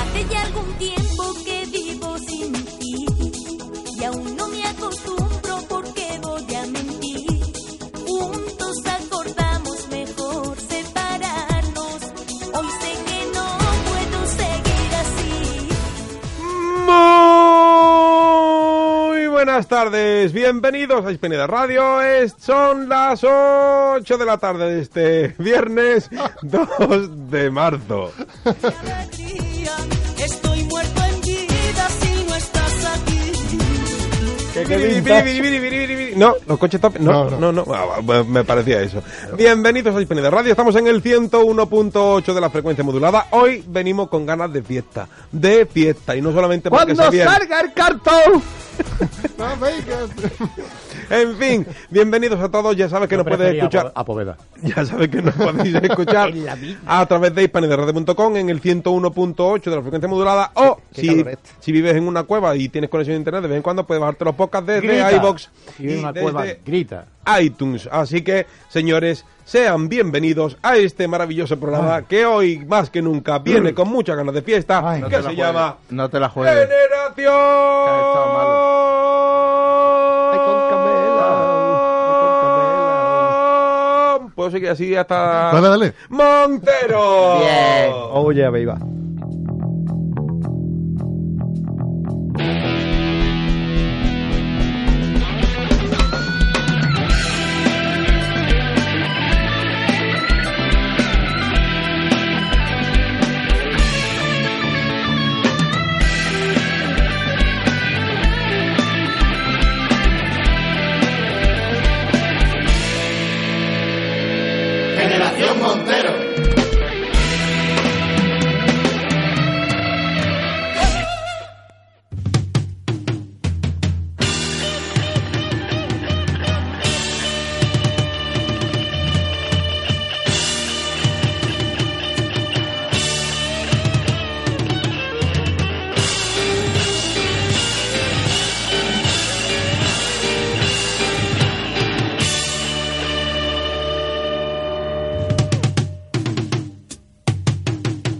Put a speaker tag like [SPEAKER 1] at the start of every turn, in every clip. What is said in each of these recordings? [SPEAKER 1] Hace ya algún tiempo que vivo sin ti y aún no me acostumbro porque voy a mentir. Juntos acordamos mejor separarnos. Hoy sé que no puedo seguir así.
[SPEAKER 2] Muy buenas tardes, bienvenidos a Hispanidad Radio. Es- son las 8 de la tarde de este viernes 2 de marzo.
[SPEAKER 1] Alegría, Estoy muerto en vida si no estás aquí.
[SPEAKER 2] Biri, biri, biri, biri, biri, biri, biri. No, los coches top. No, no,
[SPEAKER 3] No,
[SPEAKER 2] no. Ah, va, me parecía eso. Bienvenidos a Hispanidad Radio. Estamos en el 101.8 de la frecuencia modulada. Hoy venimos con ganas de fiesta. De fiesta. Y no solamente porque se viene.
[SPEAKER 3] el cartón! No, vengas.
[SPEAKER 2] En fin, bienvenidos a todos. Ya sabes que nos puedes
[SPEAKER 4] Prefería
[SPEAKER 2] escuchar.
[SPEAKER 4] A Poveda.
[SPEAKER 2] Ya sabéis que nos podéis escuchar
[SPEAKER 4] En la vida.
[SPEAKER 2] a través de hispanidadradio.com en el 101.8 de la frecuencia modulada o
[SPEAKER 3] qué
[SPEAKER 2] si,
[SPEAKER 3] calorete.
[SPEAKER 2] si vives en una cueva y tienes conexión a internet de vez en cuando puedes bajarte los podcasts desde
[SPEAKER 4] Grita.
[SPEAKER 2] iBox
[SPEAKER 4] Y en una
[SPEAKER 2] desde
[SPEAKER 4] cueva grita.
[SPEAKER 2] iTunes. Así que, señores, sean bienvenidos a este maravilloso programa que hoy más que nunca viene con muchas ganas de fiesta
[SPEAKER 3] Ay. No
[SPEAKER 2] que se llama
[SPEAKER 5] No te la juegues. estado
[SPEAKER 2] Generación
[SPEAKER 5] Ay, con Camela.
[SPEAKER 2] Puedo seguir así hasta.
[SPEAKER 3] Dale, dale.
[SPEAKER 2] ¡Montero!
[SPEAKER 3] Oye, baby.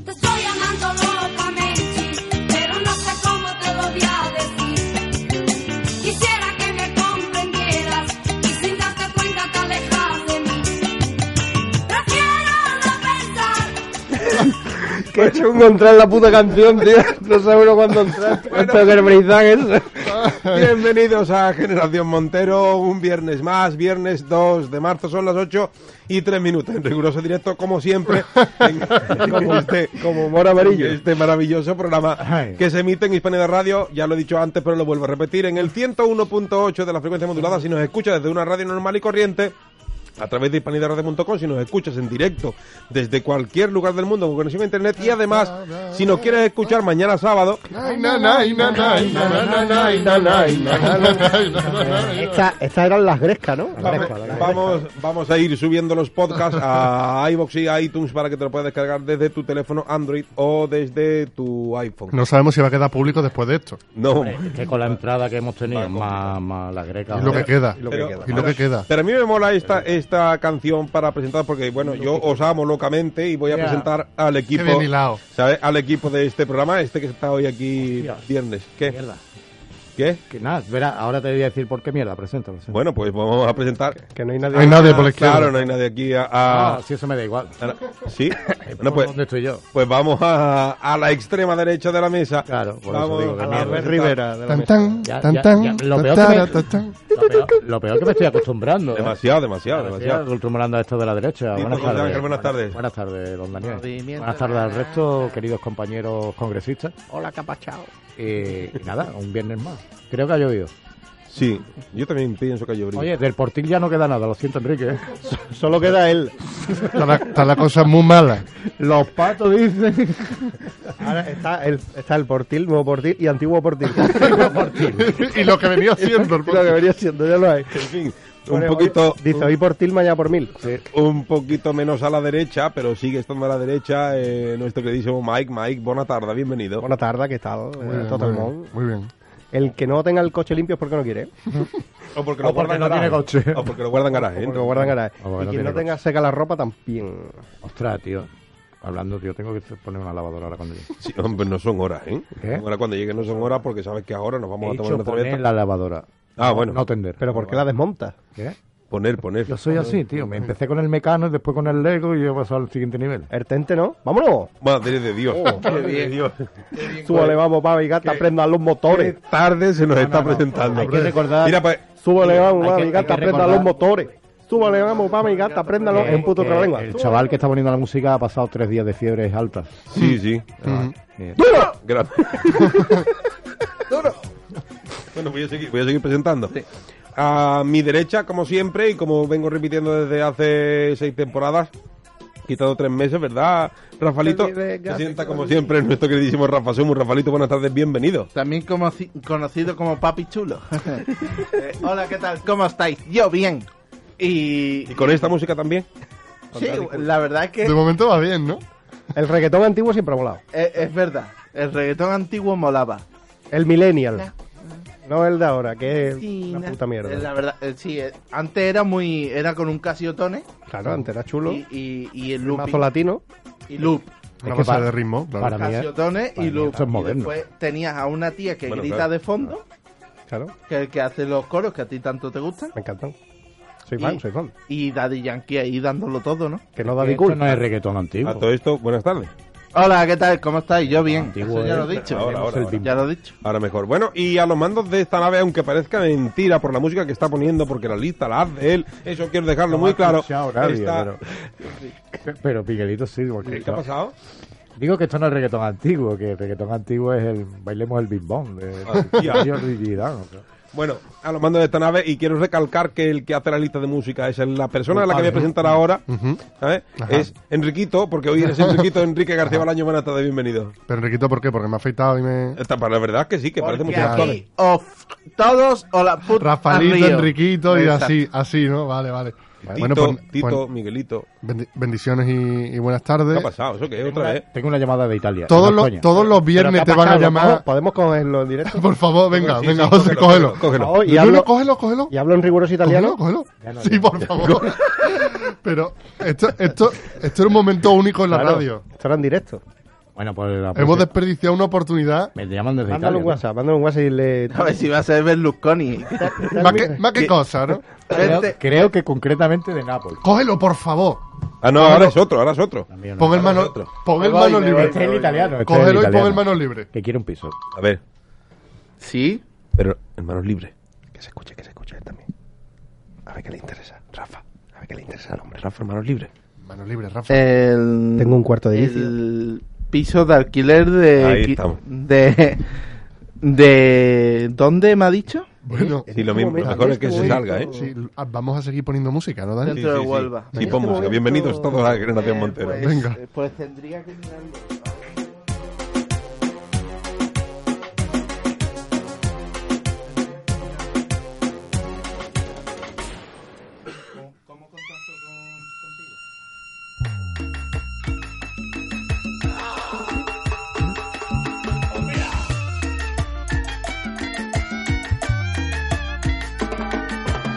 [SPEAKER 1] Te estoy amando locamente, pero no sé cómo te lo voy a decir. Quisiera que me comprendieras y sin darte cuenta te alejas de mí. Prefiero no pensar,
[SPEAKER 6] Qué chungo entrar en la puta canción, tío. No sabe uno cuándo entrar. Esto que el brizaje es...
[SPEAKER 7] ¿eh?
[SPEAKER 2] Bienvenidos a Generación Montero, un viernes más, viernes 2 de marzo, son las 8 y 3 minutos, en riguroso directo, como siempre, en, en este,
[SPEAKER 6] Como humor amarillo.
[SPEAKER 2] en este maravilloso programa
[SPEAKER 3] Ay.
[SPEAKER 2] que se emite en Hispanidad Radio, ya lo he dicho antes, pero lo vuelvo a repetir, en el 101.8 de la frecuencia modulada, si nos escucha desde una radio normal y corriente, a través de hispanidadradio.com si nos escuchas en directo desde cualquier lugar del mundo con conexión a internet y además si nos quieres escuchar mañana sábado
[SPEAKER 3] Ay, na, na, na, na, na, na, na, na, na, na, na, na,
[SPEAKER 6] Estas eran las grescas, ¿no? Las grescas, las grescas.
[SPEAKER 2] Vamos, vamos a ir subiendo los podcasts a iBox y a iTunes para que te lo puedas descargar desde tu teléfono Android o desde tu iPhone.
[SPEAKER 3] No sabemos si va a quedar público después de esto.
[SPEAKER 2] No.
[SPEAKER 4] Es que con la entrada que hemos tenido, más, más la greca.
[SPEAKER 3] Y lo que queda.
[SPEAKER 6] Y lo que
[SPEAKER 2] Pero-
[SPEAKER 6] queda.
[SPEAKER 3] Y lo que queda.
[SPEAKER 2] Pero a mí me mola esta, esta canción para presentar porque, bueno, yo os amo locamente y voy a
[SPEAKER 4] Ya.
[SPEAKER 2] presentar al equipo.
[SPEAKER 3] Qué bien hilado.
[SPEAKER 2] ¿sabes? Al equipo de este programa, este que está hoy aquí
[SPEAKER 4] Hostias.
[SPEAKER 2] viernes. ¿Qué?
[SPEAKER 4] Mierda.
[SPEAKER 2] ¿Qué?
[SPEAKER 6] Que nada, verá, ahora te voy a decir por qué mierda. Presenta, presenta.
[SPEAKER 2] Bueno, pues vamos a presentar. Ah,
[SPEAKER 7] Que no hay nadie.
[SPEAKER 3] Hay nadie por la izquierda.
[SPEAKER 2] Claro, no hay nadie aquí a. a-
[SPEAKER 6] Ah, sí, eso me da igual.
[SPEAKER 2] a la- ¿Sí? Bueno, pues,
[SPEAKER 6] ¿Dónde estoy yo?
[SPEAKER 2] pues vamos a, a la extrema derecha de la mesa.
[SPEAKER 6] Claro, por eso
[SPEAKER 2] vamos
[SPEAKER 6] digo que
[SPEAKER 2] a
[SPEAKER 6] mierda.
[SPEAKER 2] presentar-
[SPEAKER 7] Rivera. De la
[SPEAKER 3] Tan
[SPEAKER 7] mesa.
[SPEAKER 3] tan,
[SPEAKER 6] Ya,
[SPEAKER 3] tan
[SPEAKER 6] ya,
[SPEAKER 3] tan,
[SPEAKER 6] ya, lo
[SPEAKER 3] tan,
[SPEAKER 6] peor que
[SPEAKER 3] tan,
[SPEAKER 6] me-
[SPEAKER 3] tan, tan.
[SPEAKER 6] Lo peor, lo peor que me estoy acostumbrando. ¿eh?
[SPEAKER 2] Demasiado, demasiado,
[SPEAKER 6] Me estoy
[SPEAKER 2] demasiado.
[SPEAKER 6] acostumbrando a esto de la derecha.
[SPEAKER 2] Dice
[SPEAKER 6] Buenas
[SPEAKER 2] José
[SPEAKER 6] tardes.
[SPEAKER 2] Ángel, buenas tardes.
[SPEAKER 6] Buenas tardes, don Daniel.
[SPEAKER 5] Movimiento
[SPEAKER 6] Buenas tardes al resto, queridos compañeros congresistas.
[SPEAKER 5] Hola, capachao.
[SPEAKER 6] Eh, y nada, un viernes más. Creo que ha llovido.
[SPEAKER 2] Sí, yo también pienso que yo brillo.
[SPEAKER 6] Oye, del portil ya no queda nada, lo siento, Enrique. ¿eh?
[SPEAKER 7] Solo queda él.
[SPEAKER 3] Está la, está la cosa muy mala.
[SPEAKER 6] Los patos dicen.
[SPEAKER 7] Ahora está el, está el portil, nuevo portil y antiguo portil.
[SPEAKER 3] y lo que venía siendo el
[SPEAKER 7] lo que venía siendo, ya lo hay.
[SPEAKER 2] En fin, un
[SPEAKER 7] Bueno,
[SPEAKER 2] poquito,
[SPEAKER 7] hoy- dice, hoy portil, mañana por mil. Sí.
[SPEAKER 2] un poquito menos a la derecha, pero sigue estando a la derecha eh, nuestro queridísimo Mike. Mike, buena tarde, bienvenido.
[SPEAKER 7] Buenas tardes, ¿qué tal?
[SPEAKER 3] Muy bien,
[SPEAKER 7] Esto
[SPEAKER 3] muy
[SPEAKER 7] todo el
[SPEAKER 3] bien,
[SPEAKER 7] mundo.
[SPEAKER 3] muy bien.
[SPEAKER 7] El que no tenga el coche limpio es porque no quiere. ¿eh?
[SPEAKER 2] o porque
[SPEAKER 6] o porque no tiene coche.
[SPEAKER 2] O porque lo guardan garaje. ¿eh?
[SPEAKER 7] Porque lo guardan garaje.
[SPEAKER 6] Ah, bueno,
[SPEAKER 7] y quien
[SPEAKER 6] tiene
[SPEAKER 7] no tenga seca la ropa también.
[SPEAKER 6] Ostras, tío. Hablando, tío, tengo que poner una lavadora ahora cuando llegue.
[SPEAKER 2] Sí, hombre, no son horas, ¿eh?
[SPEAKER 6] ¿Qué?
[SPEAKER 2] Ahora cuando lleguen no son horas porque sabes que ahora nos vamos
[SPEAKER 6] He
[SPEAKER 2] a tomar
[SPEAKER 6] dicho
[SPEAKER 2] una
[SPEAKER 6] poner
[SPEAKER 2] cerveza.
[SPEAKER 6] la lavadora.
[SPEAKER 2] Ah, bueno.
[SPEAKER 6] No tender.
[SPEAKER 7] Pero ¿por qué la desmontas?
[SPEAKER 6] ¿Qué?
[SPEAKER 2] Poner, poner.
[SPEAKER 6] Yo soy así, tío. Me empecé con el mecano, después con el Lego y he pasado al siguiente nivel.
[SPEAKER 7] El tente no. ¡Vámonos!
[SPEAKER 2] Madre de Dios.
[SPEAKER 6] Oh,
[SPEAKER 2] Madre de Dios.
[SPEAKER 7] Súbale, vamos, papi, gata, prendan los
[SPEAKER 2] Qué
[SPEAKER 7] motores.
[SPEAKER 2] tarde se nos está presentando.
[SPEAKER 6] Hay que recordar-
[SPEAKER 2] Mira, pues,
[SPEAKER 7] Súbale, vamos,
[SPEAKER 6] Hay que-
[SPEAKER 7] papi,
[SPEAKER 6] hay
[SPEAKER 7] gata,
[SPEAKER 6] que
[SPEAKER 7] prendan
[SPEAKER 6] recordar-
[SPEAKER 7] los motores. Súbale, vamos, papi, gata, prendan los...
[SPEAKER 6] pues, Que-
[SPEAKER 7] En puto
[SPEAKER 6] que
[SPEAKER 7] otra lengua.
[SPEAKER 6] El chaval que está poniendo la música ha pasado tres días de fiebres altas.
[SPEAKER 2] sí, sí.
[SPEAKER 6] Mm.
[SPEAKER 2] Ah, eh,
[SPEAKER 6] Bien.
[SPEAKER 2] Gra- Bueno, voy a seguir, voy a seguir presentando. A mi derecha, como siempre, y como vengo repitiendo desde hace seis temporadas, quitado tres meses, ¿verdad, Rafalito? Se sienta como siempre nuestro queridísimo Rafa Sumu. Rafalito, buenas tardes, bienvenido.
[SPEAKER 5] También como, ci- conocido como Papi Chulo. Eh, hola, ¿qué tal? ¿Cómo estáis? Yo bien. Y...
[SPEAKER 2] Y con esta música también.
[SPEAKER 5] Sí, la verdad es que
[SPEAKER 3] De momento va bien, ¿no?
[SPEAKER 7] El reggaetón antiguo siempre ha volado.
[SPEAKER 5] es, es verdad. El reggaetón antiguo molaba.
[SPEAKER 7] El millennial. No el de ahora, que es
[SPEAKER 5] Sí,
[SPEAKER 7] una
[SPEAKER 5] na-
[SPEAKER 7] puta
[SPEAKER 5] eh,
[SPEAKER 7] mierda.
[SPEAKER 5] La verdad, eh, sí. eh, antes era muy... Era con un casiotone
[SPEAKER 7] Claro, antes era chulo.
[SPEAKER 5] y, y, y el
[SPEAKER 7] Mazo
[SPEAKER 5] loop.
[SPEAKER 7] latino.
[SPEAKER 5] Y loop.
[SPEAKER 3] Una
[SPEAKER 6] que
[SPEAKER 3] cosa
[SPEAKER 6] para-
[SPEAKER 3] de ritmo, claro.
[SPEAKER 6] para- mí es-
[SPEAKER 5] Casiotone
[SPEAKER 6] para
[SPEAKER 5] y
[SPEAKER 6] mí
[SPEAKER 5] loop.
[SPEAKER 6] esto es
[SPEAKER 5] Y
[SPEAKER 6] moderno.
[SPEAKER 5] después tenías a una tía que
[SPEAKER 2] Bueno,
[SPEAKER 5] grita
[SPEAKER 2] claro.
[SPEAKER 5] de fondo,
[SPEAKER 7] Claro,
[SPEAKER 5] que el que hace los coros que a ti tanto te gustan.
[SPEAKER 7] me encantan. Soy fan, soy fan.
[SPEAKER 5] Y Daddy Yankee ahí dándolo todo, ¿no?
[SPEAKER 7] Que no da
[SPEAKER 6] Daddy
[SPEAKER 7] de
[SPEAKER 6] Cool
[SPEAKER 7] cool.
[SPEAKER 6] no es reggaetón antiguo.
[SPEAKER 2] A todo esto, buenas tardes.
[SPEAKER 5] Hola, ¿qué tal? ¿Cómo estáis? Yo bien.
[SPEAKER 6] Antiguo,
[SPEAKER 5] Eso ya
[SPEAKER 6] eh.
[SPEAKER 5] lo he dicho.
[SPEAKER 2] Ahora, ahora, ahora.
[SPEAKER 5] Ya lo he dicho.
[SPEAKER 2] Ahora mejor. Bueno, y a los mandos de esta nave, aunque parezca mentira por la música que está poniendo, porque la lista la hace él, eso quiero dejarlo
[SPEAKER 6] No
[SPEAKER 2] muy
[SPEAKER 6] ha
[SPEAKER 2] claro.
[SPEAKER 6] escuchado nadie,
[SPEAKER 2] Está-
[SPEAKER 6] pero... pero Miguelito sí. Porque,
[SPEAKER 2] ¿Qué ha pasado?
[SPEAKER 6] Digo que esto no es reggaetón antiguo, que el reggaetón antiguo es el bailemos el bimbón de
[SPEAKER 2] Ah, Hostia.
[SPEAKER 6] de Jordi Girano.
[SPEAKER 2] Bueno, a los mandos de esta nave, y quiero recalcar que el que hace la lista de música es la persona a la que voy a presentar ahora, ¿sabes? Es Enriquito, porque hoy eres Enriquito Enrique García Balaño. Buenas tardes, bienvenido.
[SPEAKER 3] Pero Enriquito, ¿por qué? Porque me ha afeitado y me...
[SPEAKER 2] Esta, para la verdad que sí, que parece
[SPEAKER 5] Porque
[SPEAKER 2] mucho ¿eh? más
[SPEAKER 5] aquí of todos o la puta
[SPEAKER 3] Rafaelito,
[SPEAKER 5] río.
[SPEAKER 3] Enriquito y
[SPEAKER 5] Exacto.
[SPEAKER 3] así, así, ¿no? Vale, vale.
[SPEAKER 2] Tito,
[SPEAKER 3] Bueno, pues-
[SPEAKER 2] Tito,
[SPEAKER 3] pues
[SPEAKER 2] Miguelito.
[SPEAKER 3] bendi- bendiciones y, y buenas tardes.
[SPEAKER 2] ¿Qué
[SPEAKER 6] pues,
[SPEAKER 2] ha pasado? ¿Eso qué? ¿Otra vez?
[SPEAKER 6] Tengo una llamada de Italia.
[SPEAKER 3] Todos
[SPEAKER 6] no,
[SPEAKER 3] los,
[SPEAKER 6] coña.
[SPEAKER 3] todos los viernes te van a llamar.
[SPEAKER 7] ¿Podemos cogerlo en directo?
[SPEAKER 3] Por favor, venga,
[SPEAKER 2] Sí,
[SPEAKER 3] venga,
[SPEAKER 2] sí,
[SPEAKER 3] José, cógelo.
[SPEAKER 2] Cógelo.
[SPEAKER 7] Oh, y,
[SPEAKER 3] No, no,
[SPEAKER 7] hablo,
[SPEAKER 3] cógelo, cógelo.
[SPEAKER 7] y hablo en riguroso italiano.
[SPEAKER 3] Cógelo, cógelo. Sí, por favor. Pero esto, esto, esto era un momento único en la
[SPEAKER 7] Claro,
[SPEAKER 3] radio.
[SPEAKER 7] Esto era en directo.
[SPEAKER 6] Bueno, Ah, pues la
[SPEAKER 3] Hemos
[SPEAKER 6] próxima-
[SPEAKER 3] desperdiciado una oportunidad.
[SPEAKER 6] Me llaman desde
[SPEAKER 7] Mándale un
[SPEAKER 6] Italia.
[SPEAKER 7] WhatsApp, mándale un WhatsApp y le...
[SPEAKER 5] A ver si va a ser Berlusconi. Este,
[SPEAKER 3] Más que, más que cosa, ¿no?
[SPEAKER 6] ¿no? Creo,
[SPEAKER 5] Vente.
[SPEAKER 6] creo que concretamente de Nápoles.
[SPEAKER 3] Cógelo, por favor.
[SPEAKER 2] Ah, no, ahora es otro, ahora es otro.
[SPEAKER 6] También, ¿no?
[SPEAKER 3] Pon el mano, pon el mano
[SPEAKER 6] Este es el
[SPEAKER 3] libre.
[SPEAKER 6] italiano. este es el
[SPEAKER 3] Cógelo y pon
[SPEAKER 6] italiano.
[SPEAKER 3] el mano libre.
[SPEAKER 6] Que quiere un piso.
[SPEAKER 2] A ver,
[SPEAKER 5] Sí.
[SPEAKER 2] pero hermanos libre.
[SPEAKER 7] Que se escuche, que se escuche él también. A ver qué le interesa. Rafa, a ver qué le interesa al hombre. Rafa, hermanos libre.
[SPEAKER 3] Mano libre,
[SPEAKER 5] Eh,
[SPEAKER 3] Rafa.
[SPEAKER 5] El,
[SPEAKER 7] Tengo un cuarto de vicio.
[SPEAKER 5] El piso de alquiler de...
[SPEAKER 2] Ahí estamos.
[SPEAKER 5] De... De... ¿Dónde me ha dicho?
[SPEAKER 3] Bueno,
[SPEAKER 2] Sí,
[SPEAKER 5] este
[SPEAKER 2] lo mismo. Lo mejor es que se salga, ¿eh?
[SPEAKER 3] sí, ah, vamos a seguir poniendo música, ¿no, Dani?
[SPEAKER 5] Dentro de Huelva. este
[SPEAKER 2] Sí, pon música. Bienvenidos todos a Generación
[SPEAKER 5] Eh,
[SPEAKER 2] Montero.
[SPEAKER 5] pues-
[SPEAKER 3] Venga.
[SPEAKER 5] Pues tendría que... mirarlo.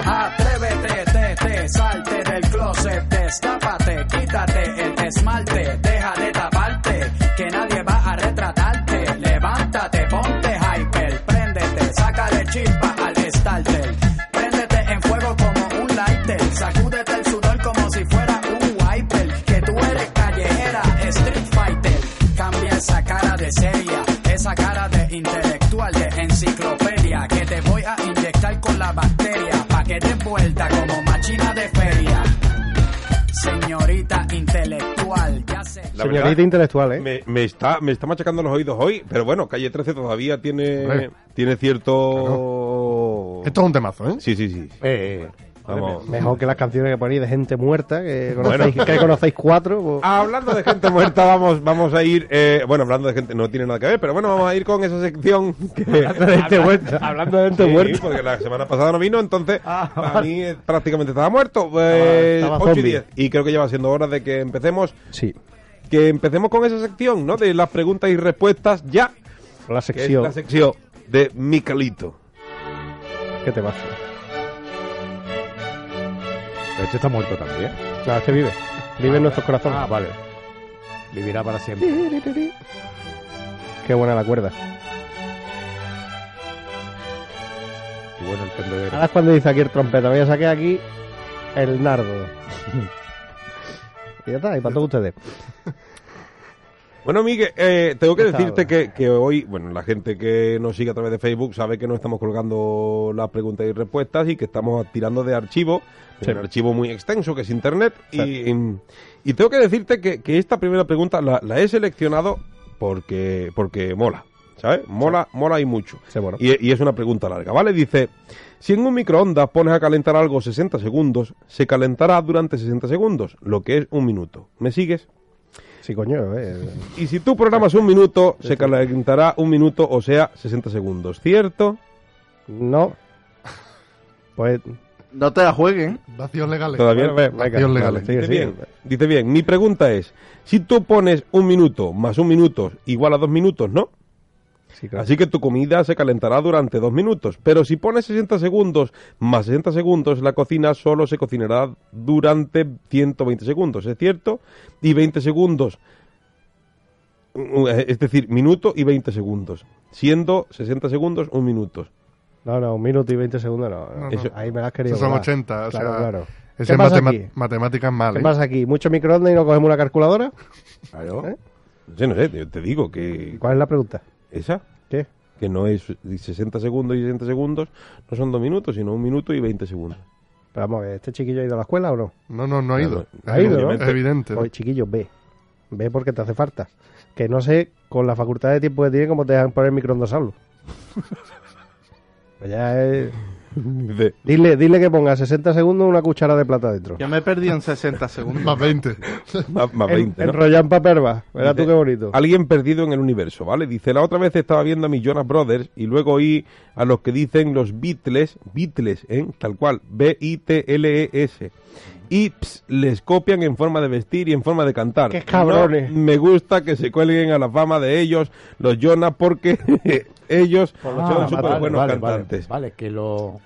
[SPEAKER 4] Atrévete, tete, salte del closet, destápate, quítate el esmalte, deja de taparte, que nadie va a retratarte. Levántate, ponte hyper, préndete, saca el
[SPEAKER 8] que de vuelta como machina de feria. Señorita intelectual, ya sé.
[SPEAKER 4] Ah,
[SPEAKER 2] La
[SPEAKER 6] Señorita
[SPEAKER 2] verdad,
[SPEAKER 6] intelectual, ¿eh?
[SPEAKER 2] me, me está, me está machacando los oídos hoy, pero bueno, Calle 13 todavía tiene,
[SPEAKER 3] Hombre.
[SPEAKER 2] tiene cierto...
[SPEAKER 3] Esto es un temazo, ¿eh?
[SPEAKER 2] Sí, sí, sí.
[SPEAKER 6] Eh,
[SPEAKER 2] Vamos.
[SPEAKER 6] mejor que las canciones que ponéis de gente muerta, que conocéis,
[SPEAKER 2] Bueno.
[SPEAKER 6] que conocéis cuatro. pues-
[SPEAKER 2] Hablando de gente muerta, vamos, vamos a ir. eh, bueno, hablando de gente, no tiene nada que ver, pero bueno, vamos a ir con esa sección que.
[SPEAKER 6] gente muerta. Hablando de gente
[SPEAKER 2] Sí,
[SPEAKER 6] muerta.
[SPEAKER 2] porque la semana pasada no vino, entonces
[SPEAKER 6] Ah,
[SPEAKER 2] para
[SPEAKER 6] vale.
[SPEAKER 2] mí eh, prácticamente estaba muerto. Eh,
[SPEAKER 6] estaba
[SPEAKER 2] 8 y
[SPEAKER 6] zombie.
[SPEAKER 2] 10. Y creo que ya va siendo hora de que empecemos.
[SPEAKER 6] Sí,
[SPEAKER 2] Que empecemos con esa sección, ¿no? De las preguntas y respuestas ya. Que
[SPEAKER 6] la
[SPEAKER 2] es la
[SPEAKER 6] sección.
[SPEAKER 2] sección de Micalito.
[SPEAKER 6] ¿Qué te pasa?
[SPEAKER 4] Pero este está muerto también.
[SPEAKER 6] No, este vive. Vive en nuestros corazones.
[SPEAKER 4] Ah, vale. Vivirá para siempre.
[SPEAKER 6] Qué buena la cuerda.
[SPEAKER 4] Y bueno, el tendedero.
[SPEAKER 6] Ahora es cuando dice aquí el trompeta. Voy a sacar aquí el nardo. y ya está, y para todos ustedes.
[SPEAKER 2] Bueno, Miguel, eh, tengo que
[SPEAKER 6] Ya está,
[SPEAKER 2] decirte que, que hoy, bueno, la gente que nos sigue a través de Facebook sabe que no estamos colgando las preguntas y respuestas y que estamos tirando de archivo, de un archivo muy extenso que es Internet. Y, y tengo que decirte que, que esta primera pregunta la, la he seleccionado porque, porque mola, ¿sabes? Mola, mola y mucho.
[SPEAKER 6] Sí, bueno.
[SPEAKER 2] Y, y es una pregunta larga, ¿vale? Dice, si en un microondas pones a calentar algo 60 segundos, se calentará durante 60 segundos, lo que es un minuto. ¿Me sigues?
[SPEAKER 6] Sí, coño, eh.
[SPEAKER 2] Y si tú programas un minuto, se calentará un minuto, o sea, 60 segundos, ¿cierto?
[SPEAKER 6] No. Pues.
[SPEAKER 5] No te la jueguen.
[SPEAKER 3] Vacíos legales.
[SPEAKER 2] Todavía
[SPEAKER 6] Bueno, venga,
[SPEAKER 3] Acción legal. ¿eh?
[SPEAKER 6] sigue,
[SPEAKER 2] Dice
[SPEAKER 6] sigue.
[SPEAKER 2] bien, dice bien, mi pregunta es, si tú pones un minuto más un minuto igual a dos minutos, ¿no?
[SPEAKER 6] Sí, claro.
[SPEAKER 2] Así que tu comida se calentará durante dos minutos, pero si pones 60 segundos más 60 segundos, la cocina solo se cocinará durante 120 segundos, ¿es cierto? Y 20 segundos, mm, es decir, minuto y 20 segundos, siendo 60 segundos un minuto.
[SPEAKER 6] No, no, un minuto y 20 segundos no. no.
[SPEAKER 3] No, no.
[SPEAKER 6] Eso- Ahí me las has querido.
[SPEAKER 3] Esos son
[SPEAKER 6] colar.
[SPEAKER 3] 80, o
[SPEAKER 6] Claro,
[SPEAKER 3] sea,
[SPEAKER 6] claro.
[SPEAKER 3] Ese
[SPEAKER 6] ¿Qué
[SPEAKER 3] es
[SPEAKER 6] pasa
[SPEAKER 3] matema-
[SPEAKER 6] aquí?
[SPEAKER 3] matemáticas mal,
[SPEAKER 6] ¿Qué
[SPEAKER 3] ¿eh?
[SPEAKER 6] pasa aquí? ¿Mucho microondas y no cogemos una calculadora?
[SPEAKER 2] Claro. Yo no sé, yo te digo que
[SPEAKER 6] ¿Cuál es la pregunta?
[SPEAKER 2] esa,
[SPEAKER 6] ¿Qué?
[SPEAKER 2] que no es 60 segundos y 60 segundos, no son dos minutos, sino un minuto y 20 segundos.
[SPEAKER 6] Pero vamos, ¿este chiquillo ha ido a la escuela o no?
[SPEAKER 3] No, no, no ha ido.
[SPEAKER 2] Claro,
[SPEAKER 6] no ha ido, ¿no?
[SPEAKER 3] Es evidente.
[SPEAKER 6] Oye, chiquillo, ve. Ve porque te hace falta. Que no sé, con la facultad de tiempo que tiene, cómo te dejan poner microondas solo. pues ya es...
[SPEAKER 2] Dice,
[SPEAKER 6] Dile, dile que ponga 60 segundos una cuchara de plata dentro.
[SPEAKER 5] Yo me perdí en 60 segundos.
[SPEAKER 3] Más 20.
[SPEAKER 2] más, más 20,
[SPEAKER 6] En-
[SPEAKER 2] ¿no?
[SPEAKER 6] Enrollado en papel, va. Verás tú
[SPEAKER 2] Dice,
[SPEAKER 6] qué bonito.
[SPEAKER 2] Alguien perdido en el universo, ¿vale? Dice, la otra vez estaba viendo a mis Jonas Brothers y luego oí a los que dicen los Beatles, Beatles, ¿eh? Tal cual, B-I-T-L-E-S. E Y ps, les copian en forma de vestir y en forma de cantar.
[SPEAKER 6] ¡Qué cabrones!
[SPEAKER 2] No me gusta que se cuelguen a la fama de ellos, los Jonas, porque ellos
[SPEAKER 4] Ah,
[SPEAKER 2] son
[SPEAKER 4] vale,
[SPEAKER 2] súper buenos
[SPEAKER 4] vale, vale,
[SPEAKER 2] cantantes.
[SPEAKER 4] Vale, que lo.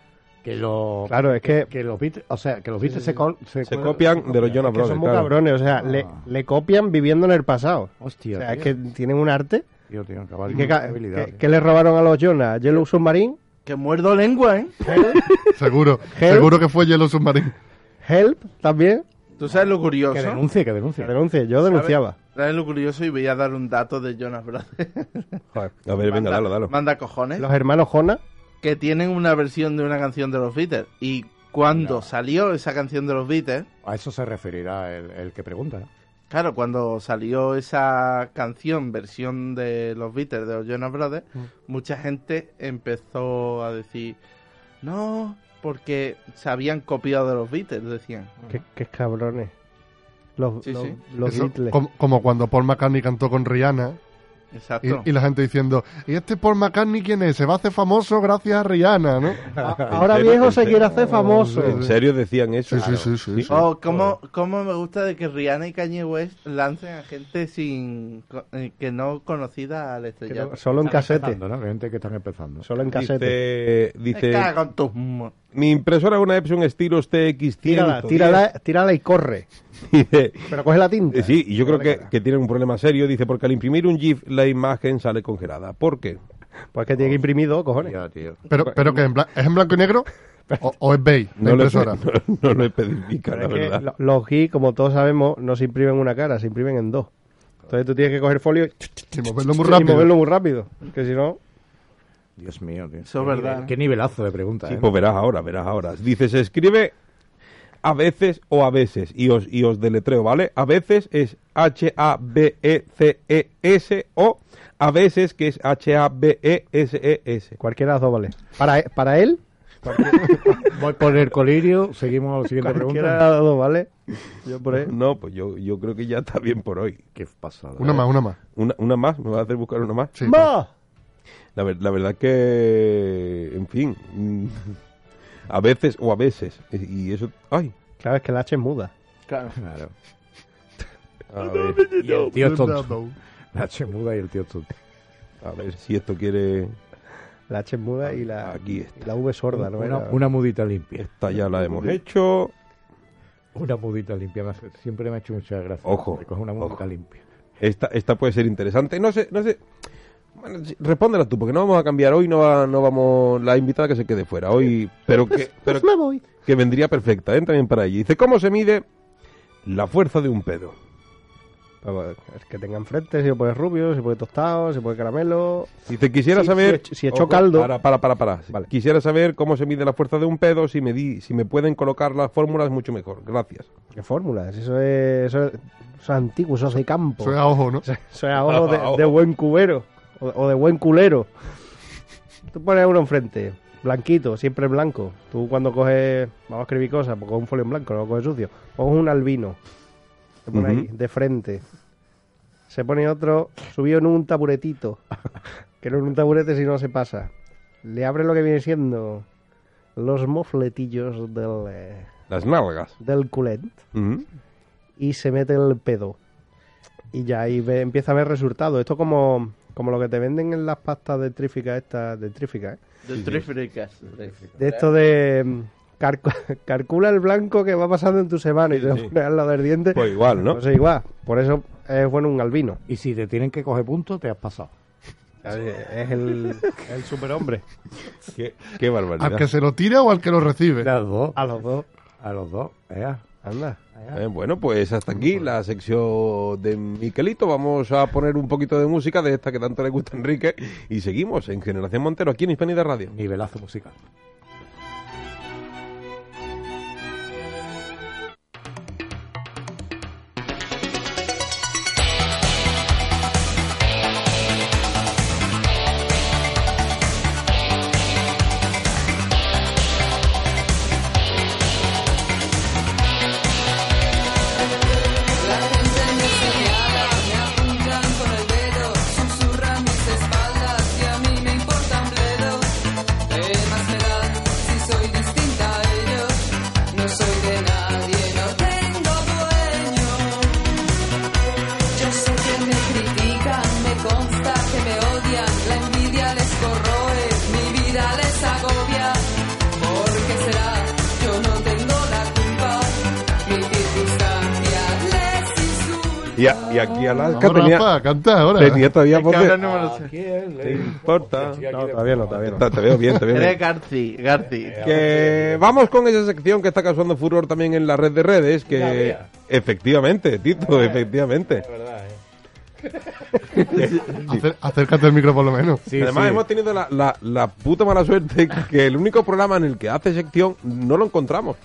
[SPEAKER 4] Que lo.
[SPEAKER 6] Claro, es que-
[SPEAKER 4] Que los Beatles. O sea, que los Beatles se, col-
[SPEAKER 2] Se copian de los Jonas
[SPEAKER 6] pues,
[SPEAKER 2] Brothers.
[SPEAKER 6] Que son muy
[SPEAKER 2] claro.
[SPEAKER 6] cabrones, o sea, le, le copian viviendo en el pasado.
[SPEAKER 4] Hostia.
[SPEAKER 6] o sea, es
[SPEAKER 4] tío.
[SPEAKER 6] que tienen un arte.
[SPEAKER 4] Tío, tío, cabal,
[SPEAKER 6] ¿Qué, ca-
[SPEAKER 4] habilidad, eh.
[SPEAKER 6] qué-
[SPEAKER 4] tío.
[SPEAKER 6] qué le robaron a los Jonas? ¿Yellow Submarine?
[SPEAKER 5] Que muerdo lengua, ¿eh?
[SPEAKER 3] Seguro.
[SPEAKER 6] Help.
[SPEAKER 3] Seguro que fue Yellow Submarine.
[SPEAKER 6] ¿Help? ¿También?
[SPEAKER 5] Tú sabes lo
[SPEAKER 4] Que
[SPEAKER 5] curioso.
[SPEAKER 4] denuncie, que
[SPEAKER 6] Que
[SPEAKER 4] denuncie.
[SPEAKER 6] denuncie, yo denunciaba.
[SPEAKER 5] Sabes lo curioso y voy a dar un dato de Jonas Brothers.
[SPEAKER 2] A ver, venga,
[SPEAKER 5] Manda-
[SPEAKER 2] dalo, dalo.
[SPEAKER 5] Manda cojones.
[SPEAKER 6] Los hermanos Jonas,
[SPEAKER 5] que tienen una versión de una canción de los Beatles. Y cuando salió esa canción de los Beatles,
[SPEAKER 4] A eso se referirá el, el que pregunta. ¿no?
[SPEAKER 5] claro, cuando salió esa canción, versión de los Beatles, de los Jonas Brothers,
[SPEAKER 4] Mm.
[SPEAKER 5] mucha gente empezó a decir, no, porque se habían copiado de los Beatles, decían.
[SPEAKER 6] qué, qué cabrones. Los,
[SPEAKER 5] Sí,
[SPEAKER 6] los,
[SPEAKER 5] sí.
[SPEAKER 6] los
[SPEAKER 3] Eso,
[SPEAKER 6] Beatles.
[SPEAKER 3] como, como cuando Paul McCartney cantó con Rihanna y,
[SPEAKER 5] Exacto.
[SPEAKER 3] y la gente diciendo, ¿y este Paul McCartney quién es? Se va a hacer famoso gracias a Rihanna, ¿no?
[SPEAKER 6] Ahora
[SPEAKER 2] serio?
[SPEAKER 6] viejo
[SPEAKER 2] ¿En
[SPEAKER 6] se
[SPEAKER 2] serio?
[SPEAKER 6] quiere hacer famoso.
[SPEAKER 2] ¿En serio decían eso?
[SPEAKER 3] Sí, sí, sí, sí, sí.
[SPEAKER 5] Oh, ¿cómo, cómo me gusta de que Rihanna y Kanye West lancen a gente sin co- eh, que no conocida al
[SPEAKER 6] Que
[SPEAKER 5] estrellato.
[SPEAKER 6] no- solo en casete.
[SPEAKER 4] Empezando, ¿no? Que Gente que están empezando.
[SPEAKER 6] Solo en casete.
[SPEAKER 2] Dice,
[SPEAKER 5] Me
[SPEAKER 2] dice
[SPEAKER 5] cago en tus mo-
[SPEAKER 2] mi impresora es una Epson Stylos TX100.
[SPEAKER 6] Tírala, tírala, tírala y corre.
[SPEAKER 2] Dice,
[SPEAKER 6] Pero coge la tinta.
[SPEAKER 2] eh, sí, y yo creo que, que tienen un problema serio. Dice, porque al imprimir un GIF la imagen sale congelada. ¿Por qué?
[SPEAKER 6] Pues que tiene que imprimir dos, cojones.
[SPEAKER 4] Ya, tío.
[SPEAKER 3] Pero, pero que en blan- ¿es en blanco y negro o, o es beige, la
[SPEAKER 2] lo,
[SPEAKER 3] impresora?
[SPEAKER 2] no- no lo especifica,
[SPEAKER 6] Pero
[SPEAKER 2] la
[SPEAKER 6] es que
[SPEAKER 2] verdad.
[SPEAKER 6] lo- los GIF, como todos sabemos, no se imprimen en una cara, se imprimen en dos. Entonces tú tienes que coger folio y,
[SPEAKER 3] Sin moverlo muy
[SPEAKER 6] y
[SPEAKER 3] rápido.
[SPEAKER 6] moverlo muy rápido. Que si no,
[SPEAKER 4] Dios mío, tío.
[SPEAKER 5] Eso es verdad.
[SPEAKER 4] Qué nivelazo de pregunta,
[SPEAKER 2] Sí,
[SPEAKER 4] ¿eh?
[SPEAKER 2] pues verás ahora, verás ahora. Dice, se escribe a veces o a veces, y os, y os deletreo, ¿vale? A veces es E H-A-B-E-C-E-S o a veces que es E H-A-B-E-S-E-S.
[SPEAKER 4] Cualquiera de las dos vale.
[SPEAKER 6] Para, para él,
[SPEAKER 4] Voy por el colirio, seguimos siguiente
[SPEAKER 6] cualquiera de
[SPEAKER 4] pregunta.
[SPEAKER 6] las dos, ¿vale? Yo por él.
[SPEAKER 2] No, pues yo, yo creo que ya está bien por hoy.
[SPEAKER 4] Qué pasada.
[SPEAKER 3] Una más, una más.
[SPEAKER 2] Una, una más, me va a hacer buscar una más.
[SPEAKER 3] Sí.
[SPEAKER 6] ¡Va!
[SPEAKER 2] La, ver- la verdad que, en fin, mm, a veces o a veces. Y eso, ay,
[SPEAKER 6] Claro, es que la H es muda.
[SPEAKER 5] Claro.
[SPEAKER 4] Claro.
[SPEAKER 2] a ver,
[SPEAKER 4] Y el tío es
[SPEAKER 3] pues,
[SPEAKER 4] tonto.
[SPEAKER 3] Random.
[SPEAKER 4] La chemuda y el tío es tonto.
[SPEAKER 2] a ver si esto quiere
[SPEAKER 6] La H es muda y la,
[SPEAKER 2] Aquí está.
[SPEAKER 6] y la V es sorda, ¿no?
[SPEAKER 4] Una,
[SPEAKER 6] Era-
[SPEAKER 4] una mudita limpia.
[SPEAKER 2] Esta ya la hemos hecho.
[SPEAKER 4] Una mudita limpia. me hace- Siempre me ha hecho mucha gracia.
[SPEAKER 2] Ojo,
[SPEAKER 4] Coge Una mudita
[SPEAKER 2] ojo.
[SPEAKER 4] limpia.
[SPEAKER 2] Esta, esta puede ser interesante. No sé, no sé. Bueno, sí, respóndela tú, porque no vamos a cambiar hoy, no, va- no vamos la invitada que se quede fuera hoy, pero que, pero
[SPEAKER 6] Me voy.
[SPEAKER 2] que vendría perfecta, ¿eh? también para ella. Dice, ¿cómo se mide la fuerza de un pedo?
[SPEAKER 6] Vamos, es que tengan frente, si lo pones rubio, si lo pones tostado, si lo pones caramelo.
[SPEAKER 2] Dice, quisiera
[SPEAKER 6] Si-
[SPEAKER 2] saber...
[SPEAKER 6] si he- si he hecho caldo.
[SPEAKER 2] Para, para, para, para.
[SPEAKER 6] Vale.
[SPEAKER 2] Quisiera saber cómo se mide la fuerza de un pedo, si me, di- si me pueden colocar las fórmulas mucho mejor. Gracias.
[SPEAKER 6] ¿Qué fórmulas? Eso es, eso es, eso es antiguo, eso es de campo.
[SPEAKER 3] Soy a ojo, ¿no?
[SPEAKER 6] Eso Oh. es a ojo de, de buen cubero. O, o de buen culero. Tú pones uno enfrente, blanquito, siempre blanco. Tú cuando coges, vamos a escribir cosas, pues coges un folio en blanco, no lo coges sucio. Coges un albino. Se pone ahí,
[SPEAKER 2] Ujú.
[SPEAKER 6] de frente. Se pone otro, subido en un taburetito. que no en un taburete si no se pasa. Le abre lo que viene siendo los mofletillos del, eh,
[SPEAKER 2] Las nalgas.
[SPEAKER 6] del culent
[SPEAKER 2] Ujú.
[SPEAKER 6] y se mete el pedo. Y ya ahí ve- empieza a ver resultados. Esto como, como lo que te venden en las pastas dentríficas estas, dentríficas, ¿eh?
[SPEAKER 5] De tres fricas.
[SPEAKER 6] De esto de... mm, calcu- calcula el blanco que va pasando en tu semana y te lo
[SPEAKER 2] sí.
[SPEAKER 6] pones al lado del diente.
[SPEAKER 2] Pues igual, ¿no?
[SPEAKER 6] Pues igual. Por eso es bueno un albino.
[SPEAKER 4] Y si te tienen que coger puntos, te has pasado.
[SPEAKER 6] eh, Es el, el superhombre.
[SPEAKER 2] Qué, qué
[SPEAKER 3] Al que
[SPEAKER 2] barbaridad.
[SPEAKER 3] se lo tira o al que lo recibe.
[SPEAKER 4] Las dos.
[SPEAKER 6] A los dos.
[SPEAKER 4] A los dos. Ea,
[SPEAKER 6] Anda.
[SPEAKER 4] ea.
[SPEAKER 2] Eh, bueno, pues hasta aquí la sección de Miquelito. Vamos a poner un poquito de música de esta que tanto le gusta a Enrique y seguimos en Generación Montero aquí en Hispanidad Radio.
[SPEAKER 4] Nivelazo musical.
[SPEAKER 2] Y, a- y aquí Alaska
[SPEAKER 3] Vamos,
[SPEAKER 2] tenía,
[SPEAKER 3] Rafa, canta ahora.
[SPEAKER 2] tenía todavía voz
[SPEAKER 5] Que
[SPEAKER 2] de-
[SPEAKER 5] ahora no me lo sé.
[SPEAKER 2] ¿Te importa?
[SPEAKER 6] No, todavía no, todavía no.
[SPEAKER 2] Está- te veo bien, te veo bien.
[SPEAKER 5] Eres Garci, Garci.
[SPEAKER 2] Que vamos con esa sección que está causando furor también en la red de redes, que efectivamente, Tito, efectivamente.
[SPEAKER 3] Acer- acércate al micro por lo menos.
[SPEAKER 4] Sí,
[SPEAKER 2] Además,
[SPEAKER 4] sí.
[SPEAKER 2] hemos tenido la, la- la puta mala suerte que el único programa en el que hace sección no lo encontramos.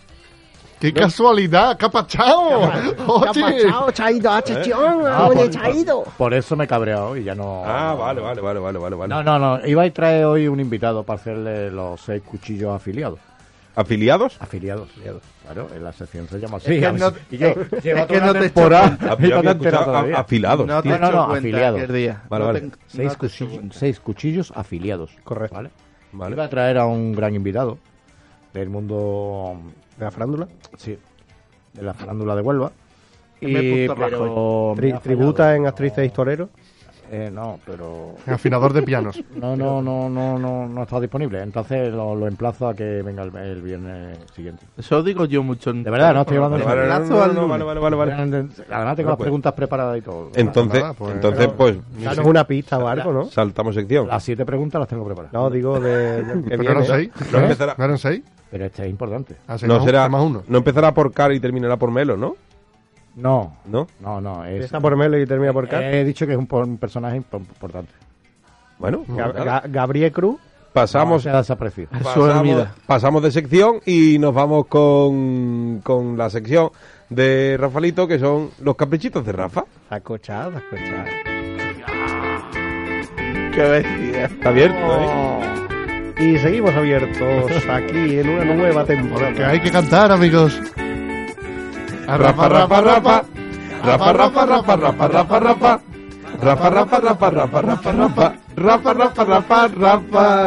[SPEAKER 3] ¡Qué casualidad! ¡Capachao! ¡Oye!
[SPEAKER 6] Chao, Chaito, achichón,
[SPEAKER 4] Ah,
[SPEAKER 6] oye,
[SPEAKER 4] por-
[SPEAKER 6] Chaito.
[SPEAKER 4] Por eso me he cabreado y ya no.
[SPEAKER 2] Ah, vale, vale, vale, vale, vale. vale.
[SPEAKER 4] No, no, no. Iba a traer hoy un invitado para hacerle los seis cuchillos afiliados.
[SPEAKER 2] ¿Afiliados?
[SPEAKER 4] Afiliados, afiliados. Claro, en la sección se llama así.
[SPEAKER 5] Es que
[SPEAKER 4] A ver,
[SPEAKER 5] no-
[SPEAKER 4] y yo llevo
[SPEAKER 5] es que
[SPEAKER 4] toda
[SPEAKER 5] no
[SPEAKER 4] una
[SPEAKER 5] te
[SPEAKER 4] temporada.
[SPEAKER 2] Había-
[SPEAKER 4] y no
[SPEAKER 2] había
[SPEAKER 4] te he enterado
[SPEAKER 2] escuchado a-
[SPEAKER 4] todavía.
[SPEAKER 2] afilados.
[SPEAKER 5] No te
[SPEAKER 4] No,
[SPEAKER 5] no,
[SPEAKER 4] no, no, afiliado.
[SPEAKER 5] aquel día.
[SPEAKER 2] Vale,
[SPEAKER 5] No
[SPEAKER 2] vale.
[SPEAKER 5] te-
[SPEAKER 4] Seis,
[SPEAKER 5] no te-
[SPEAKER 4] cuchillos, seis cuchillos afiliados.
[SPEAKER 6] Correcto.
[SPEAKER 4] ¿vale?
[SPEAKER 2] Vale.
[SPEAKER 4] Iba a traer a un gran invitado del mundo,
[SPEAKER 6] ¿De la farándula?
[SPEAKER 4] sí, de la farándula de Huelva.
[SPEAKER 5] Que me he puesto
[SPEAKER 4] pero
[SPEAKER 6] Tri-
[SPEAKER 4] me ha
[SPEAKER 6] ¿Tributa
[SPEAKER 4] fallado.
[SPEAKER 6] en actrices e y toreros?
[SPEAKER 4] Eh, no, pero
[SPEAKER 3] Afinador de pianos.
[SPEAKER 4] no, no, no, no, no, no está disponible. Entonces lo, lo emplazo a que venga el, el viernes siguiente.
[SPEAKER 5] Eso digo yo mucho.
[SPEAKER 4] De verdad, no estoy hablando de-
[SPEAKER 2] Vale, vale,
[SPEAKER 5] Plazo
[SPEAKER 2] no, no,
[SPEAKER 5] al
[SPEAKER 2] no,
[SPEAKER 5] lunes.
[SPEAKER 2] vale, vale, vale, vale.
[SPEAKER 4] Además tengo
[SPEAKER 2] Bueno,
[SPEAKER 4] las
[SPEAKER 2] pues.
[SPEAKER 4] preguntas preparadas y todo.
[SPEAKER 2] Entonces,
[SPEAKER 3] Nada, pues-
[SPEAKER 2] entonces pues
[SPEAKER 6] Claro, es una pista o algo, ¿no?
[SPEAKER 2] saltamos sección.
[SPEAKER 4] las siete preguntas las tengo preparadas.
[SPEAKER 6] No, digo de, del
[SPEAKER 2] Pues
[SPEAKER 6] que
[SPEAKER 3] ¿Pero no
[SPEAKER 6] viene.
[SPEAKER 3] eran seis?
[SPEAKER 2] No empezará,
[SPEAKER 3] ¿No eran seis?
[SPEAKER 4] Pero este es importante.
[SPEAKER 3] Ah, seis
[SPEAKER 2] no
[SPEAKER 3] más,
[SPEAKER 2] será,
[SPEAKER 3] seis más uno.
[SPEAKER 2] no empezará por Car y terminará por Melo, ¿no?
[SPEAKER 4] No,
[SPEAKER 2] ¿No?
[SPEAKER 4] no, no. Es,
[SPEAKER 6] Empieza por Melo y termina
[SPEAKER 4] Eh,
[SPEAKER 6] por Car.
[SPEAKER 4] he dicho que es un, por- un personaje impo- importante.
[SPEAKER 2] Bueno,
[SPEAKER 6] Gab-
[SPEAKER 2] nada.
[SPEAKER 6] Ga- Gabriel Cruz
[SPEAKER 2] Pasamos,
[SPEAKER 4] Se ha desaparecido.
[SPEAKER 2] pasamos, pasamos de sección y nos vamos con, con la sección de Rafalito, que son los caprichitos de Rafa.
[SPEAKER 6] Acochada, acochada.
[SPEAKER 5] Qué bestia.
[SPEAKER 2] Está abierto, ¿eh?
[SPEAKER 6] Y seguimos abiertos aquí en una nueva
[SPEAKER 3] Que
[SPEAKER 6] temporada.
[SPEAKER 3] hay que cantar, amigos. A
[SPEAKER 2] Rafa, Rafa, Rafa. Rafa, Rafa, Rafa, Rafa, Rafa, Rafa. Rafa, Rafa, Rafa, Rafa, Rafa, Rafa. Rafa, Rafa, Rafa, Rafa,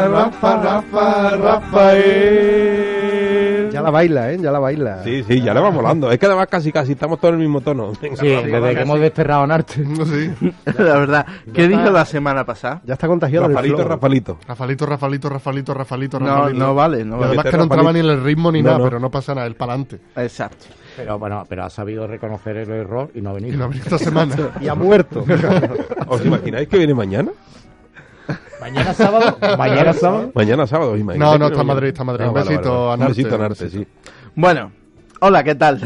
[SPEAKER 2] Rafa, Rafa, Rafael.
[SPEAKER 6] Ya la baila, ¿eh? Ya la baila.
[SPEAKER 2] Sí, sí, ya le va volando. Es que además casi, casi estamos todos en el mismo tono. Venga,
[SPEAKER 4] Sí, desde que hemos desterrado a Narte.
[SPEAKER 3] Sí.
[SPEAKER 5] La verdad. ¿Qué dijo la semana pasada?
[SPEAKER 6] Ya está contagiado del
[SPEAKER 2] Rafalito,
[SPEAKER 6] flow.
[SPEAKER 2] Rafalito.
[SPEAKER 3] Rafalito, Rafalito, Rafalito, Rafalito,
[SPEAKER 5] No,
[SPEAKER 3] Rafalito.
[SPEAKER 5] no vale, no
[SPEAKER 3] Y
[SPEAKER 5] vale.
[SPEAKER 3] además que no entraba ni en el ritmo ni
[SPEAKER 2] No,
[SPEAKER 3] nada,
[SPEAKER 2] no.
[SPEAKER 3] pero no pasa nada, el pa'lante.
[SPEAKER 5] Exacto.
[SPEAKER 4] Pero bueno, pero ha sabido reconocer el error y no ha
[SPEAKER 3] Y
[SPEAKER 4] venido.
[SPEAKER 3] lo abrí esta semana.
[SPEAKER 6] Y ha muerto.
[SPEAKER 2] ¿Os imagináis que viene mañana?
[SPEAKER 4] Mañana sábado. Mañana sábado.
[SPEAKER 2] Mañana sábado, ¿os imagináis
[SPEAKER 3] No,
[SPEAKER 2] que
[SPEAKER 3] no,
[SPEAKER 2] viene
[SPEAKER 3] está en
[SPEAKER 2] mañana? Ah,
[SPEAKER 3] Madrid, está en Madrid. Un
[SPEAKER 2] vale,
[SPEAKER 3] besito
[SPEAKER 2] vale, vale.
[SPEAKER 3] a
[SPEAKER 2] Un
[SPEAKER 3] Narte,
[SPEAKER 2] besito a
[SPEAKER 3] un
[SPEAKER 2] Narte, sí.
[SPEAKER 3] besito.
[SPEAKER 5] Bueno, hola, ¿qué tal?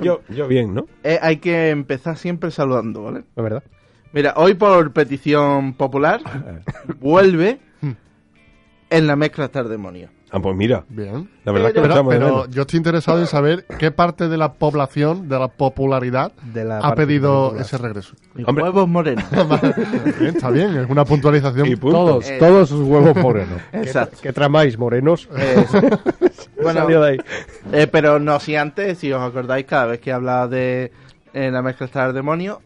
[SPEAKER 2] Yo, yo bien, ¿no?
[SPEAKER 5] Eh, hay que empezar siempre saludando, ¿vale?
[SPEAKER 6] Es verdad.
[SPEAKER 5] Mira, hoy por petición popular vuelve en la mezcla estar demonio.
[SPEAKER 2] Ah, pues mira,
[SPEAKER 3] Bien.
[SPEAKER 2] la verdad es que lo ¿eh?
[SPEAKER 3] Pero,
[SPEAKER 2] echamos de
[SPEAKER 3] pero
[SPEAKER 2] menos.
[SPEAKER 3] yo estoy interesado en saber qué parte de la población, de la popularidad,
[SPEAKER 6] De la
[SPEAKER 3] ha
[SPEAKER 6] parte
[SPEAKER 3] pedido
[SPEAKER 6] popular.
[SPEAKER 3] ese regreso.
[SPEAKER 2] Hombre.
[SPEAKER 5] Huevos morenos.
[SPEAKER 3] Bien, está bien, es una puntualización.
[SPEAKER 2] Y punto.
[SPEAKER 4] Todos,
[SPEAKER 5] Eh.
[SPEAKER 4] todos sus huevos morenos.
[SPEAKER 5] Exacto. Eh,
[SPEAKER 6] ¿Qué tramáis, morenos?
[SPEAKER 5] Bueno,
[SPEAKER 6] Salió de ahí.
[SPEAKER 5] eh, pero no si antes, si os acordáis, cada vez que hablaba de eh, la mezcla estar demonio,